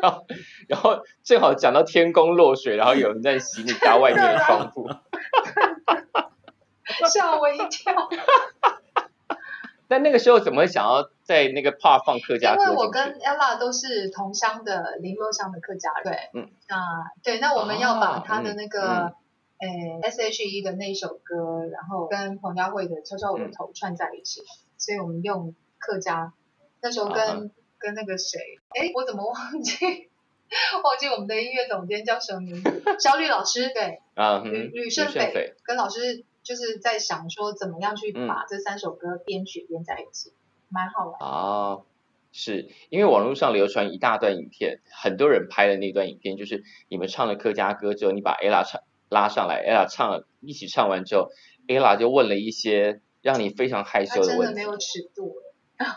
Speaker 4: 然后，然后正好讲到天宫落水，然后有人在洗你家外面的窗 户。
Speaker 2: 啊吓我一跳，
Speaker 4: 但那个时候怎么会想要在那个 part 放客
Speaker 2: 因
Speaker 4: 家歌
Speaker 2: 为
Speaker 4: 进去？
Speaker 2: 我跟 Ella 都是同乡的林洛乡的客家人，对，
Speaker 4: 嗯，
Speaker 2: 那对，那我们要把
Speaker 4: 哦
Speaker 2: 他的
Speaker 4: 嗯
Speaker 2: 那个，呃诶、S.H.E E 的那一首歌，然后跟彭佳慧的《敲
Speaker 4: 嗯
Speaker 2: 敲我的头》串在一起，所以我们用客家，那时候跟、
Speaker 4: 啊
Speaker 2: 跟那个谁，哎，我怎么忘记 忘记我们的音乐总监叫什么名字？小吕老师，对，
Speaker 4: 啊
Speaker 2: 吕
Speaker 4: 哼，
Speaker 2: 吕
Speaker 4: 胜
Speaker 2: 胜
Speaker 4: 斐嗯
Speaker 2: 斐，跟老师就是在想说怎么样去把这三首歌编曲编在一起，蛮好玩。
Speaker 4: 哦，是因为网络上流传一大段影片，很多人拍的那段影片，就是你们唱了客家歌之后，你把 ella 唱拉上来，ella 唱了一起唱完之后，ella 就问了一些让你非常害
Speaker 2: 他
Speaker 4: 羞的
Speaker 2: 真
Speaker 4: 问
Speaker 2: 的
Speaker 4: 题
Speaker 2: 没。有尺度，欸毫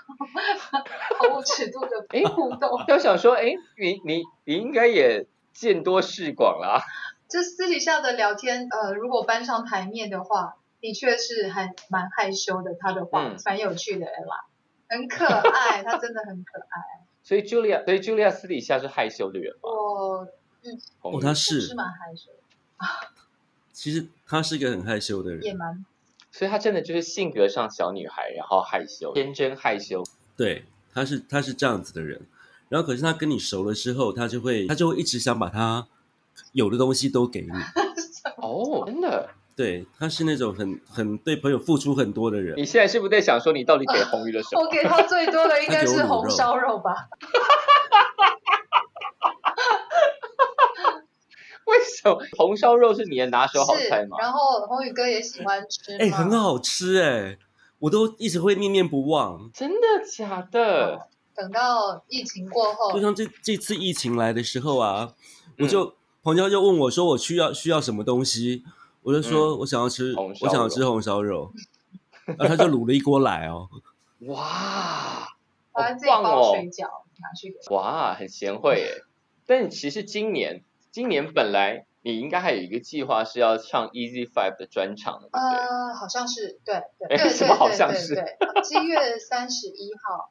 Speaker 2: 无尺度的互动，
Speaker 4: 就想说，哎，你你你应该也见多识广啦，
Speaker 2: 就私底下的聊天，呃，如果搬上台面的话，的确是还蛮害羞的。他的话
Speaker 4: 嗯
Speaker 2: 蛮有趣的啦，很可爱，他真的很可爱。
Speaker 4: 所以 Julia，所以 Julia 私底下是害羞的人吗？
Speaker 2: 我
Speaker 4: 红
Speaker 3: 哦，
Speaker 4: 人
Speaker 3: 他
Speaker 2: 是
Speaker 3: 是，
Speaker 2: 蛮害羞的，
Speaker 3: 其实他是一个很害羞的
Speaker 2: 也
Speaker 3: 人，
Speaker 2: 蛮
Speaker 4: 所以她真的就是性格上小女孩，然后害羞，天真害羞。
Speaker 3: 对，他是他是这样子的人。然后可是他跟你熟了之后，他就会他就会一直想把他有的东西都 给你，
Speaker 4: 哦，真的？
Speaker 3: 对，他是那种很很对朋友付出很多的人。
Speaker 4: 你现在是不是在想说你到底给红鱼了什
Speaker 2: 我
Speaker 4: 么？
Speaker 2: 给他最多的应该
Speaker 3: 他
Speaker 2: 是
Speaker 3: 给我卤肉
Speaker 2: 红烧肉吧，
Speaker 4: 为什么红烧肉是你的拿手好
Speaker 2: 是
Speaker 4: 菜。吗？
Speaker 2: 然后宏宇哥也喜欢吃，
Speaker 3: 哎、很，好吃哎、我都一直会念念不忘。
Speaker 4: 真的假的？
Speaker 2: 等到疫情过后
Speaker 3: 就，像这这次疫情来的时候啊，
Speaker 4: 哦嗯
Speaker 3: 我就彭娇就问我说我需要需要什么东西，我就说我想要吃、
Speaker 4: 嗯红烧
Speaker 3: 我想要
Speaker 4: 肉
Speaker 3: 吃红烧肉，然后他就卤了一锅来哦，
Speaker 4: 哇
Speaker 2: 他
Speaker 4: 好
Speaker 2: 自己
Speaker 4: 棒
Speaker 2: 包
Speaker 4: 哦
Speaker 2: 水饺拿去给
Speaker 4: 哇，很贤惠耶！但其实今年，今年本来你应该还有一个计划是要唱 Easy Five 的专场的，对不对？
Speaker 2: 呃，好像是对对对
Speaker 4: 哎
Speaker 2: 对
Speaker 4: 什么好像
Speaker 2: 对
Speaker 4: 是
Speaker 2: 对对，七月三十一号，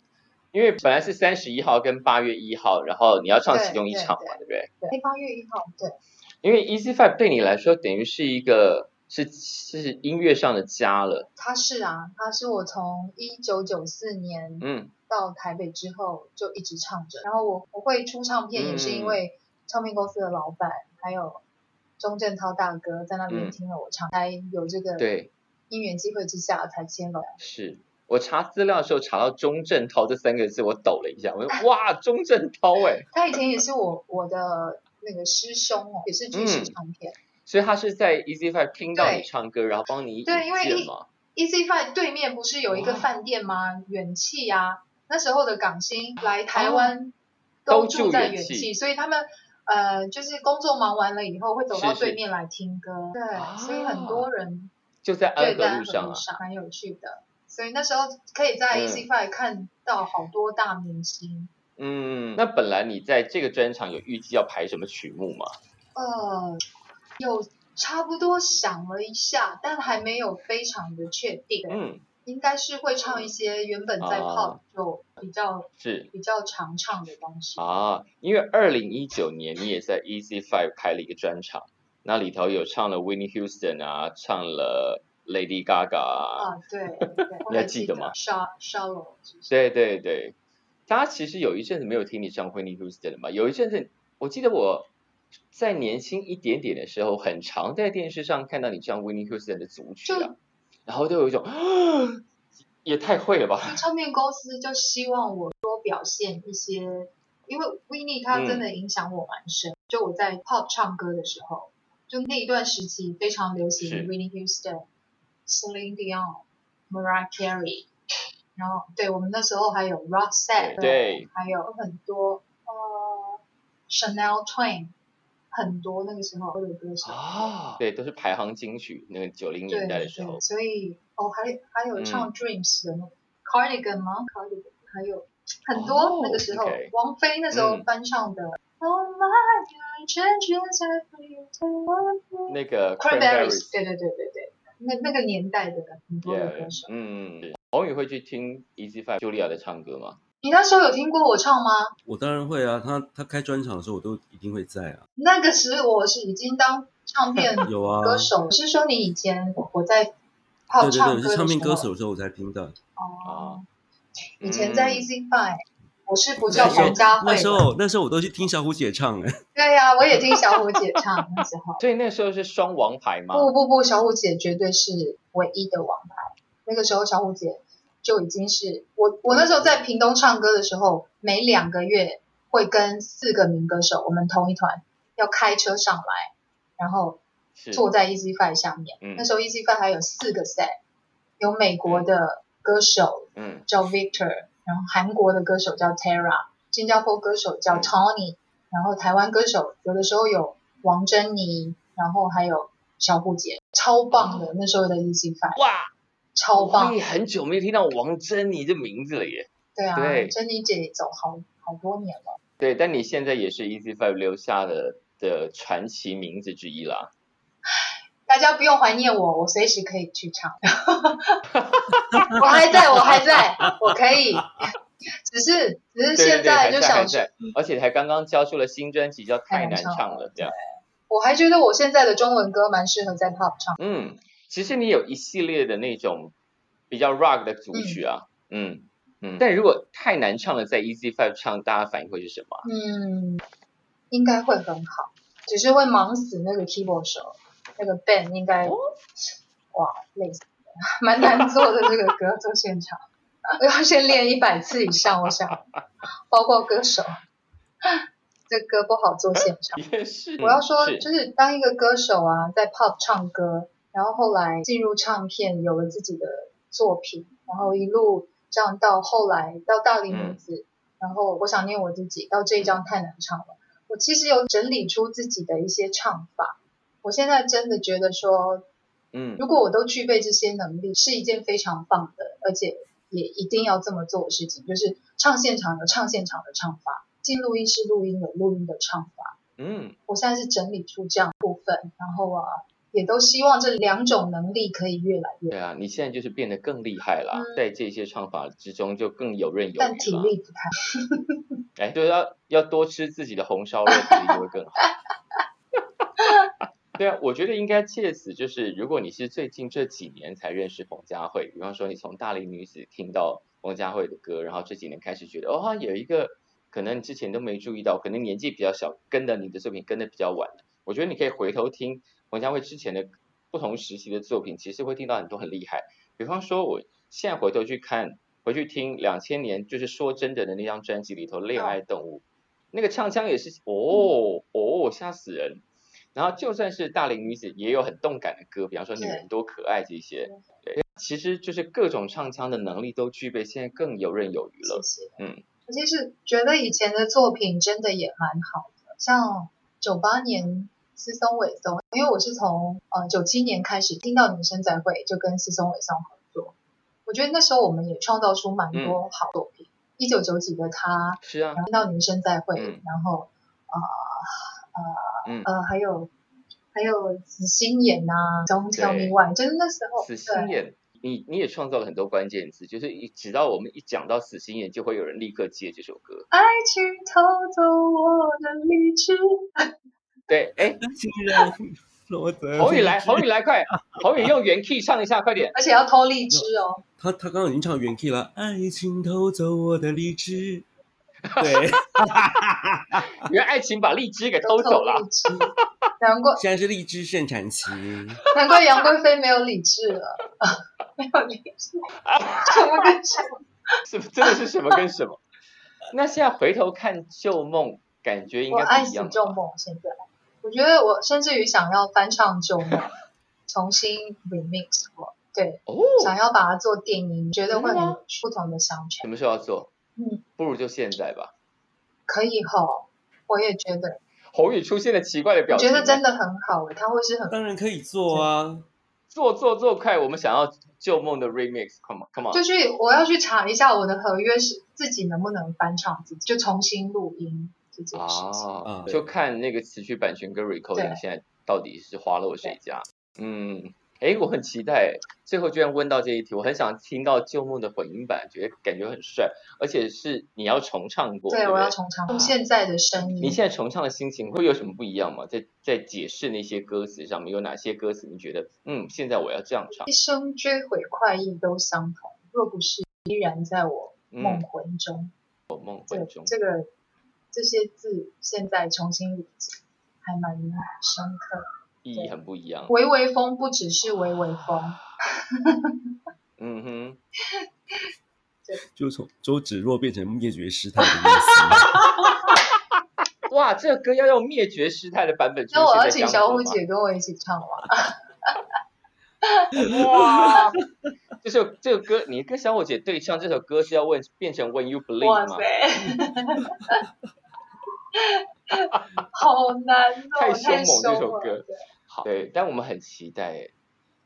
Speaker 4: 因为本来是三十一号跟八月一号，然后你要唱其中一场嘛，对不对？
Speaker 2: 对，八月一号，对，
Speaker 4: 因为 Easy Five 对你来说等于是一个是是音乐上的家了，
Speaker 2: 他是啊，他是我从一九九四年
Speaker 4: 嗯，
Speaker 2: 到台北之后就一直唱着，然后我我会出唱片也是因
Speaker 4: 嗯
Speaker 2: 为唱片公司的老板还有钟镇涛大哥在那
Speaker 4: 嗯
Speaker 2: 边听了我唱，才有这个
Speaker 4: 对，
Speaker 2: 因缘机会之下才签了。
Speaker 4: 是。我查资料的时候查到钟镇涛这三个字，我抖了一下，我说哇，钟镇涛哎，
Speaker 2: 他以前也是我我的那个师兄哦，也是巨石
Speaker 4: 嗯
Speaker 2: 唱片。
Speaker 4: 所以他是在 Easy Five 听到你
Speaker 2: 对
Speaker 4: 唱歌，然后帮你引
Speaker 2: 对因为
Speaker 4: 荐
Speaker 2: 一
Speaker 4: 嘛，
Speaker 2: Easy Five 对面不是有一个
Speaker 4: 哇
Speaker 2: 饭店吗？远气啊，那时候的港星来台湾
Speaker 4: 哦都
Speaker 2: 住
Speaker 4: 住
Speaker 2: 在
Speaker 4: 远
Speaker 2: 远
Speaker 4: 气
Speaker 2: 气，所以他们呃就是工作忙完了以后会走到
Speaker 4: 是是
Speaker 2: 对面来听歌，对，
Speaker 4: 啊
Speaker 2: 所以很多人
Speaker 4: 就在安
Speaker 2: 对
Speaker 4: 和
Speaker 2: 在
Speaker 4: 路
Speaker 2: 和
Speaker 4: 上
Speaker 2: 路
Speaker 4: 啊，
Speaker 2: 上蛮有趣的，所以那时候可以在
Speaker 4: 嗯
Speaker 2: Easy Five 看到好多大明星。
Speaker 4: 嗯，那本来你在这个专场有预计要排什么曲目吗？
Speaker 2: 呃，有差不多想了一下，但还没有非常的确定，
Speaker 4: 嗯，
Speaker 2: 应该是会唱一些原本在
Speaker 4: 啊
Speaker 2: pop 就比较
Speaker 4: 是
Speaker 2: 比较常唱的东西。
Speaker 4: 啊，因为二零一九年你也在 Easy Five 开了一个专场，那里头有唱了 Winnie Houston 啊，唱了 Lady Gaga 啊，
Speaker 2: 啊，对，对我
Speaker 4: 你还
Speaker 2: 很
Speaker 4: 记
Speaker 2: 记
Speaker 4: 得吗
Speaker 2: 沙沙龙，
Speaker 4: 对对对，大家其实有一阵子没有听你唱 Winnie Houston 了嘛，有一阵子我记得我在年轻一点点的时候，很常在电视上看到你唱 Winnie Houston 的组曲啊
Speaker 2: 就，
Speaker 4: 然后都有一种，啊也太会了吧，
Speaker 2: 就唱片公司就希望我多表现一些，因为 w i n n i
Speaker 4: 嗯
Speaker 2: e 他真的影响我蛮深。就我在 pop 唱歌的时候，就那一段时期非常流行
Speaker 4: 是
Speaker 2: w i n n i e Houston、Celine Dion、Mariah Carey，然后对我们那时候还有 Roxette，
Speaker 4: 对
Speaker 2: 还有很多呃 Chanel Twain，很多那个时候的歌手。
Speaker 4: 啊，对，都是排行金曲，那个九零
Speaker 2: 对
Speaker 4: 年代的时
Speaker 2: 对
Speaker 4: 候，
Speaker 2: 所以哦，还还有
Speaker 4: 嗯
Speaker 2: 唱 Dreams 的那个 Cardigan 吗？Cardigan 还有很多、
Speaker 4: 哦
Speaker 2: 那个时候
Speaker 4: OK
Speaker 2: 王菲那时候
Speaker 4: 嗯
Speaker 2: 翻唱的、Oh my God, changes every day.
Speaker 4: 那个
Speaker 2: Cranberries，对对对对对，那那个年代的很多的
Speaker 4: Yeah，
Speaker 2: 歌手。
Speaker 4: 嗯，是宏宇会去听 Easy Five Julia 的唱歌吗？
Speaker 2: 你那时候有听过我唱吗？
Speaker 3: 我当然会啊，他他开专场的时候我都一定会在啊，
Speaker 2: 那个时候我是已经当唱片
Speaker 3: 有啊，
Speaker 2: 歌手，是说你以前我在
Speaker 3: 对
Speaker 2: 泡
Speaker 3: 对
Speaker 2: 哦唱歌的
Speaker 3: 对，我是
Speaker 2: 时候
Speaker 3: 唱片歌手的时候我才听到，
Speaker 2: 哦。
Speaker 4: 啊
Speaker 2: 以前在
Speaker 4: 嗯
Speaker 2: Easy Five，我是不叫
Speaker 4: 那时候
Speaker 2: 黄家慧
Speaker 3: 那
Speaker 2: 啊的。
Speaker 3: 时候那时候我都去听小虎姐唱 哎、
Speaker 2: 对呀、我也听小虎姐唱那时候。
Speaker 4: 所以那时候是双王牌吗？
Speaker 2: 不不不，小虎姐绝对是唯一的王牌。那个时候小虎姐就已经是我，我那时候在屏东唱歌的时候，每两个月会跟四个名歌手，我们同一团，要开车上来，然后
Speaker 4: 是
Speaker 2: 坐在 Easy Five 上面。
Speaker 4: 嗯
Speaker 2: 那时候 Easy Five 还有四个 set，有美国的歌手
Speaker 4: 嗯
Speaker 2: 叫 Victor，然后韩国的歌手叫 Tara，新加坡歌手叫
Speaker 4: 嗯
Speaker 2: Tony，、然后台湾歌手有的时候有王珍妮，然后还有小虎姐，超棒的、那时候的 Easy Five，
Speaker 4: 哇，
Speaker 2: 超
Speaker 4: 我
Speaker 2: 棒
Speaker 4: 也，很久没有听到王珍妮的名字了耶。
Speaker 2: 对啊，
Speaker 4: 对
Speaker 2: 珍妮姐走好好多年了，
Speaker 4: 对，但你现在也是 Easy Five 留下的的传奇名字之一啦。
Speaker 2: 大家不用怀念我，我随时可以去唱。 我还在，我还在，我可以。只是只是
Speaker 4: 对对
Speaker 2: 现
Speaker 4: 对，还
Speaker 2: 就
Speaker 4: 在还
Speaker 2: 想说，
Speaker 4: 在，而且还刚刚交出了新专辑，叫《太
Speaker 2: 太
Speaker 4: 难
Speaker 2: 难
Speaker 4: 唱
Speaker 2: 唱
Speaker 4: 了》这样。
Speaker 2: 我还觉得我现在的中文歌蛮适合在 pop 唱。
Speaker 4: 嗯，其实你有一系列的那种比较 rock 的组曲啊，嗯嗯但如果太难唱了，在 Easy Five 唱，大家反应会是什么啊？
Speaker 2: 嗯，应该会很好，只是会忙死那个 keyboard 手，那个 band 应该，哇，累死了，蛮难做的这个歌做现场，要先练一百次以上，我想，包括歌手， 这歌不好做现场。
Speaker 4: 也是，
Speaker 2: 我要说，
Speaker 4: 嗯是
Speaker 2: 就是当一个歌手啊，在 pop 唱歌，然后后来进入唱片，有了自己的作品，然后一路这样到后来到大龄女子，然后我想念我自己，到这一张太难唱了。我其实有整理出自己的一些唱法，我现在真的觉得说，
Speaker 4: 嗯
Speaker 2: 如果我都具备这些能力，是一件非常棒的，而且也一定要这么做的事情，就是唱现场有唱现场的唱法，进录音室录音有录音的唱法。
Speaker 4: 嗯
Speaker 2: 我现在是整理出这样部分，然后啊，也都希望这两种能力可以越来越
Speaker 4: 对啊，你现在就是变得更厉害啦，
Speaker 2: 嗯
Speaker 4: 在这些唱法之中就更游刃有余
Speaker 2: 但体
Speaker 4: 啦。
Speaker 2: 力不太
Speaker 4: 哎，对，要要多吃自己的红烧肉，体力就会更好。对啊，我觉得应该借此就是，如果你是最近这几年才认识冯佳慧，比方说你从大龄女子听到冯佳慧的歌，然后这几年开始觉得，哦，啊有一个可能你之前都没注意到，可能年纪比较小，跟的你的作品跟的比较晚的，我觉得你可以回头听冯佳慧之前的不同时期的作品，其实会听到很多很厉害。比方说，我现在回头去看，回去听两千年就是说真的的那张专辑里头，《恋爱动物》那个唱腔也是，哦哦，吓死人。然后就算是大龄女子，也有很动感的歌，比方说《女
Speaker 2: 对
Speaker 4: 人多可爱》这些。对，其实就是各种唱腔的能力都具备，现在更游刃有余了
Speaker 2: 谢。谢。
Speaker 4: 嗯，
Speaker 2: 我其实觉得以前的作品真的也蛮好的，像九八年思松伟松，因为我是从呃九七年开始听到女生再会，就跟思松伟松合作。我觉得那时候我们也创造出蛮
Speaker 4: 嗯
Speaker 2: 多好作品。一九九几的他，
Speaker 4: 是啊，
Speaker 2: 听到女生再会，
Speaker 4: 嗯
Speaker 2: 然后啊啊、呃
Speaker 4: 嗯
Speaker 2: 呃，还有还有紫心眼啊呐、d o n t Tell
Speaker 4: 对
Speaker 2: Me Why，就是那时候哎
Speaker 4: 死
Speaker 2: 对
Speaker 4: 心眼，你你也创造了很多关键词，就是一只要我们一讲到死心眼，就会有人立刻接这首歌。
Speaker 2: 爱情偷走我的理智，
Speaker 4: 对，哎，
Speaker 3: 竟 然罗德
Speaker 4: 侯宇来，侯宇来，快，侯宇用原 key 唱一下，快点。
Speaker 2: 而且要偷荔枝哦。
Speaker 3: 他他刚刚已经唱原 key 了，爱情偷走我的理智。对，
Speaker 4: 原来爱情把荔枝给 偷走 了。
Speaker 2: 荔枝，难怪
Speaker 3: 现在是荔枝盛产期。
Speaker 2: 难怪杨贵妃没有理智了， 没有理 智，什么跟什么？
Speaker 4: 是不真的是什么跟什么？那现在回头看旧梦，感觉应
Speaker 2: 我
Speaker 4: 该
Speaker 2: 爱
Speaker 4: 不一
Speaker 2: 死
Speaker 4: 样
Speaker 2: 旧
Speaker 4: 吧。
Speaker 2: 梦，现在我觉得我甚至于想要翻唱旧梦，重新 remix 过，对，
Speaker 4: 哦，
Speaker 2: 想要把它做电影，觉得会
Speaker 4: 真的
Speaker 2: 很
Speaker 4: 吗
Speaker 2: 有不同的商
Speaker 4: 什
Speaker 2: 圈，
Speaker 4: 么时候要做？
Speaker 2: 嗯，
Speaker 4: 不如就现在吧。
Speaker 2: 可以吼，我也觉得，
Speaker 4: 侯宇出现了奇怪的
Speaker 2: 我
Speaker 4: 表情，嗯
Speaker 2: 觉得真的很好欸诶，它会是很
Speaker 3: 当然可以做啊，
Speaker 4: 做做做快，我们想要旧梦的 remix，come on，come on，
Speaker 2: 就是我要去查一下我的合约是自己能不能翻唱自己，就重新录音这件事情。
Speaker 4: 啊，
Speaker 3: 嗯
Speaker 4: 就看那个词曲版权跟 recording
Speaker 2: 对
Speaker 4: 现在到底是花落谁家。嗯，哎，我很期待，最后居然问到这一题，我很想听到旧梦的混音版，觉得感觉很帅，而且是你要重唱过，对
Speaker 2: 对，
Speaker 4: 不
Speaker 2: 我
Speaker 4: 对
Speaker 2: 要重唱。用现在的声
Speaker 4: 啊你
Speaker 2: 音，
Speaker 4: 现在重唱的心情会有什么不一样吗？在在解释那些歌词上面，有哪些歌词你觉得，嗯，现在我要这样唱，
Speaker 2: 一生追悔快意都相同，若不是依然在我梦
Speaker 4: 嗯，
Speaker 2: 魂中。
Speaker 4: 我梦
Speaker 2: 这
Speaker 4: 魂中，
Speaker 2: 这个这些字现在重新理解，还蛮深刻的。
Speaker 4: 意义很不一样。
Speaker 2: 微微风不只是微微风，
Speaker 4: 嗯哼，
Speaker 3: 就从周芷若变成灭绝师太的意
Speaker 4: 哇，这个歌要用灭绝师太的版本出
Speaker 2: 那我要
Speaker 4: 现在
Speaker 2: 请小
Speaker 4: 江湖
Speaker 2: 虎
Speaker 4: 吗？
Speaker 2: 姐跟我一起唱哇。
Speaker 4: 哇，这首这个歌，你跟小伙姐对唱这首歌是要问变成 When You
Speaker 2: 哇
Speaker 4: Believe 吗
Speaker 2: 塞？， 好难哦，
Speaker 4: 太
Speaker 2: 太
Speaker 4: 凶猛这
Speaker 2: 了
Speaker 4: 首歌
Speaker 2: 对
Speaker 4: 好，对，但我们很期待，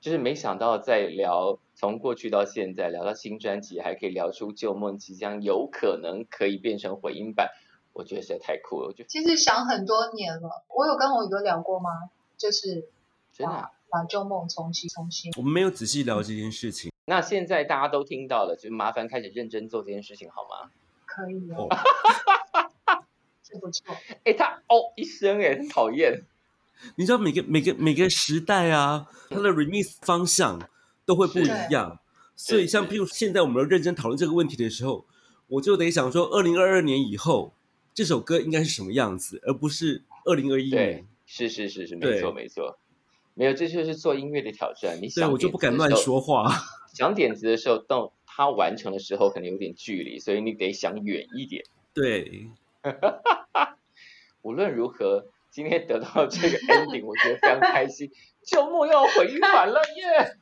Speaker 4: 就是没想到在聊从过去到现在，聊到新专辑，还可以聊出旧梦即将有可能可以变成回音版。我觉得实在太酷了，我觉得
Speaker 2: 其实想很多年了，我有跟红宇哥聊过吗？就是
Speaker 4: 真的啊、
Speaker 2: 把旧梦重新重新
Speaker 3: 我们没有仔细聊这件事情
Speaker 4: 那现在大家都听到了，就麻烦开始认真做这件事情好吗？
Speaker 2: 可以
Speaker 3: 哦
Speaker 2: 哦，。这不错。
Speaker 4: 哎，他哦一声哎，很讨厌。
Speaker 3: 你知道每个每个每个时代啊，它的 remix 方向都会不一样，所以像譬如现在我们认真讨论这个问题的时候，我就得想说，二零二二年以后这首歌应该是什么样子，而不是二零二一
Speaker 4: 对
Speaker 3: 年。，
Speaker 4: 是是是是，没
Speaker 3: 对
Speaker 4: 错没错，没有，这就是做音乐的挑战。你
Speaker 3: 对，
Speaker 4: 想，
Speaker 3: 我就不敢乱。说话。
Speaker 4: 想点子的时候，到它完成的时候可能有点距离，所以你得想远一点。
Speaker 3: 对，
Speaker 4: 无论如何，今天得到这个 ending，我觉得非常开心。 周末要回返了耶！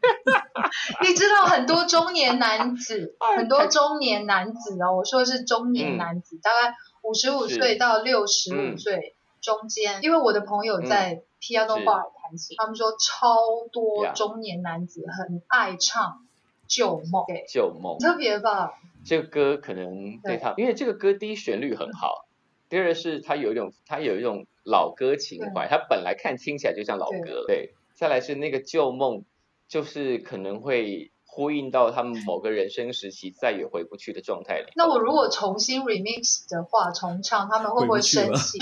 Speaker 2: 你知道很多中年男子
Speaker 4: 哎，
Speaker 2: 很多中年男子哦，我说的是中年男子，大概五十五
Speaker 4: 嗯是
Speaker 2: 岁到六十
Speaker 4: 嗯
Speaker 2: 五岁中间，因为我的朋友在 piano
Speaker 4: 是
Speaker 2: bar 弹琴，他们说超多
Speaker 4: Yeah
Speaker 2: 中年男子很爱唱旧梦，对，
Speaker 4: 旧梦
Speaker 2: 很特别吧？
Speaker 4: 这个歌可能对他，因为这个歌第一旋律很好，第二是它有一种它有一种老歌情怀，它本来看听起来就像老歌，对。再来是那个旧梦，就是可能会呼应到他们某个人生时期再也回不去的状态里。
Speaker 2: 那我如果重新 remix 的话，重唱，他们会不
Speaker 3: 回
Speaker 2: 会
Speaker 3: 不去
Speaker 2: 生
Speaker 3: 了
Speaker 2: 气？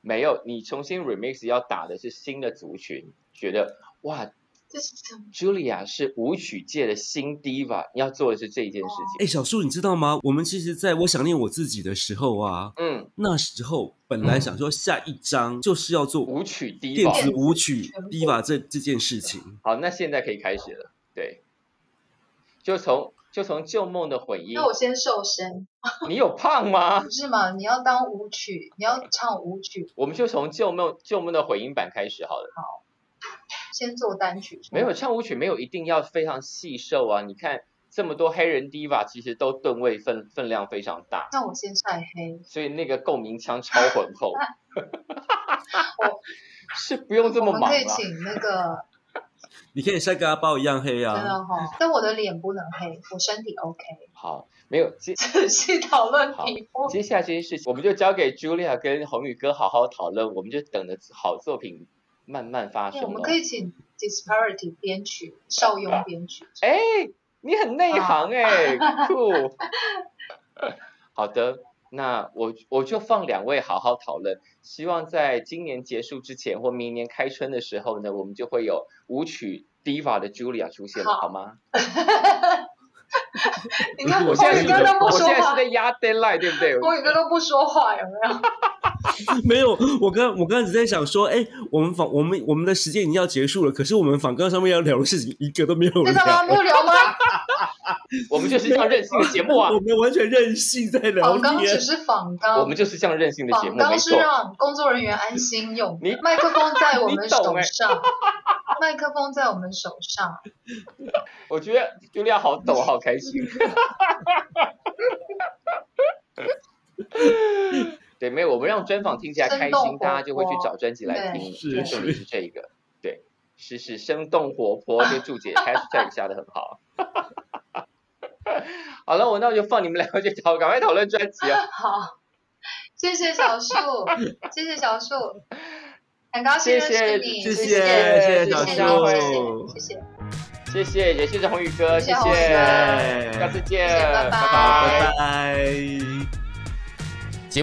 Speaker 4: 没有，你重新 remix 要打的是新的族群，觉得哇
Speaker 2: 这是什么？
Speaker 4: ，Julia 是舞曲界的新 diva，你要做的是这一件事情。
Speaker 3: 哎，小树，你知道吗？我们其实在我想念我自己的时候啊，
Speaker 4: 嗯，
Speaker 3: 那时候本
Speaker 2: 嗯
Speaker 3: 来想说下一章就是要做
Speaker 4: 舞曲
Speaker 3: 电子
Speaker 4: diva。
Speaker 3: 舞曲
Speaker 2: 全部
Speaker 3: diva 这这件事情。
Speaker 4: 好，那现在可以开始了。对，就从就从旧梦的混音
Speaker 2: 那，我先瘦身，
Speaker 4: 你有胖吗？
Speaker 2: 不是嘛？你要当舞曲，你要唱舞曲，
Speaker 4: 我们就从旧梦旧梦的混音版开始好了。
Speaker 2: 先做单曲。
Speaker 4: 没有唱舞曲，没有一定要非常细瘦啊。你看这么多黑人 diva，其实都吨位分分量非常大，
Speaker 2: 那我先晒黑，
Speaker 4: 所以那个共鸣腔超浑厚。 是不用这
Speaker 2: 我
Speaker 4: 么
Speaker 2: 们
Speaker 4: 忙
Speaker 2: 可以
Speaker 4: 啦。
Speaker 2: 请那 个
Speaker 3: 你可以晒跟阿包一样黑
Speaker 2: 真
Speaker 3: 啊，
Speaker 2: 的哈、但我的脸不能黑，我身体 OK。
Speaker 4: 好，没有接
Speaker 2: 仔细讨论皮肤，
Speaker 4: 接下来这些事情，我们就交给 Julia 跟宏宇哥好好讨论，我们就等着好作品慢慢发
Speaker 2: 对我
Speaker 4: 生哦
Speaker 2: 们
Speaker 4: 了
Speaker 2: 可。以请 Disparity 编曲，邵雍编曲。
Speaker 4: 哎，你很内行哎、酷。 好的，那我我就放两位好好讨论，希望在今年结束之前或明年开春的时候呢，我们就会有舞曲 diva 的 Julia 出现了，
Speaker 2: 好
Speaker 4: 好吗？
Speaker 2: 你看宏
Speaker 3: 我
Speaker 4: 我哦现在
Speaker 2: 宇
Speaker 4: 是
Speaker 2: 哥都不
Speaker 4: 我
Speaker 2: 说
Speaker 4: 现在是
Speaker 2: 话
Speaker 4: 在，压 deadline，对不对？
Speaker 2: 宏宇哥都不说话，有没有？
Speaker 3: 没有，我刚我刚才只在想说，哎，我们访我们我们的时间已经要结束了，可是我们访纲上面要聊的事情一个都没有
Speaker 2: 真的吗？没
Speaker 3: 聊，
Speaker 2: 有聊吗？
Speaker 4: 我们就是这样任性的节目 啊
Speaker 3: 我，们完全任性在聊
Speaker 2: 仿纲
Speaker 3: 天
Speaker 2: 只，是仿纲，
Speaker 4: 我们就是这样任性的节
Speaker 2: 仿
Speaker 4: 目，没
Speaker 2: 纲是
Speaker 4: 错。
Speaker 2: 让工作人员安心用
Speaker 4: 你
Speaker 2: 的，麦克风在我
Speaker 4: 你
Speaker 2: 们
Speaker 4: 懂
Speaker 2: 手
Speaker 4: 哎
Speaker 2: 上，麦克风在我们手上。
Speaker 4: 我觉得 Julia 好抖，好开心。 对，没有，我们让专访听起来
Speaker 2: 生
Speaker 4: 开
Speaker 2: 动活
Speaker 4: 心，
Speaker 2: 泼
Speaker 4: 大家就会去找专辑来
Speaker 3: 对
Speaker 4: 听。就是重点是这一个，对，是是生动活泼，这注 解 hashtag 下的很好。 好了，我那我就放你们两个去讨，赶快讨论专辑啊！
Speaker 2: 好，谢谢小树，谢谢小树，很高兴
Speaker 4: 谢
Speaker 2: 认识
Speaker 4: 谢
Speaker 2: 你，
Speaker 3: 谢
Speaker 2: 谢
Speaker 3: 谢
Speaker 4: 谢谢
Speaker 2: 谢
Speaker 4: 小
Speaker 2: 谢
Speaker 4: 树
Speaker 2: 谢谢谢谢，
Speaker 4: 谢谢，也谢谢宏宇哥，
Speaker 2: 谢谢
Speaker 4: 谢
Speaker 2: 宏宇啊
Speaker 4: 谢，
Speaker 3: 哥
Speaker 4: 哎下次见，
Speaker 2: 谢谢拜拜
Speaker 4: 拜
Speaker 3: 拜拜。
Speaker 1: 节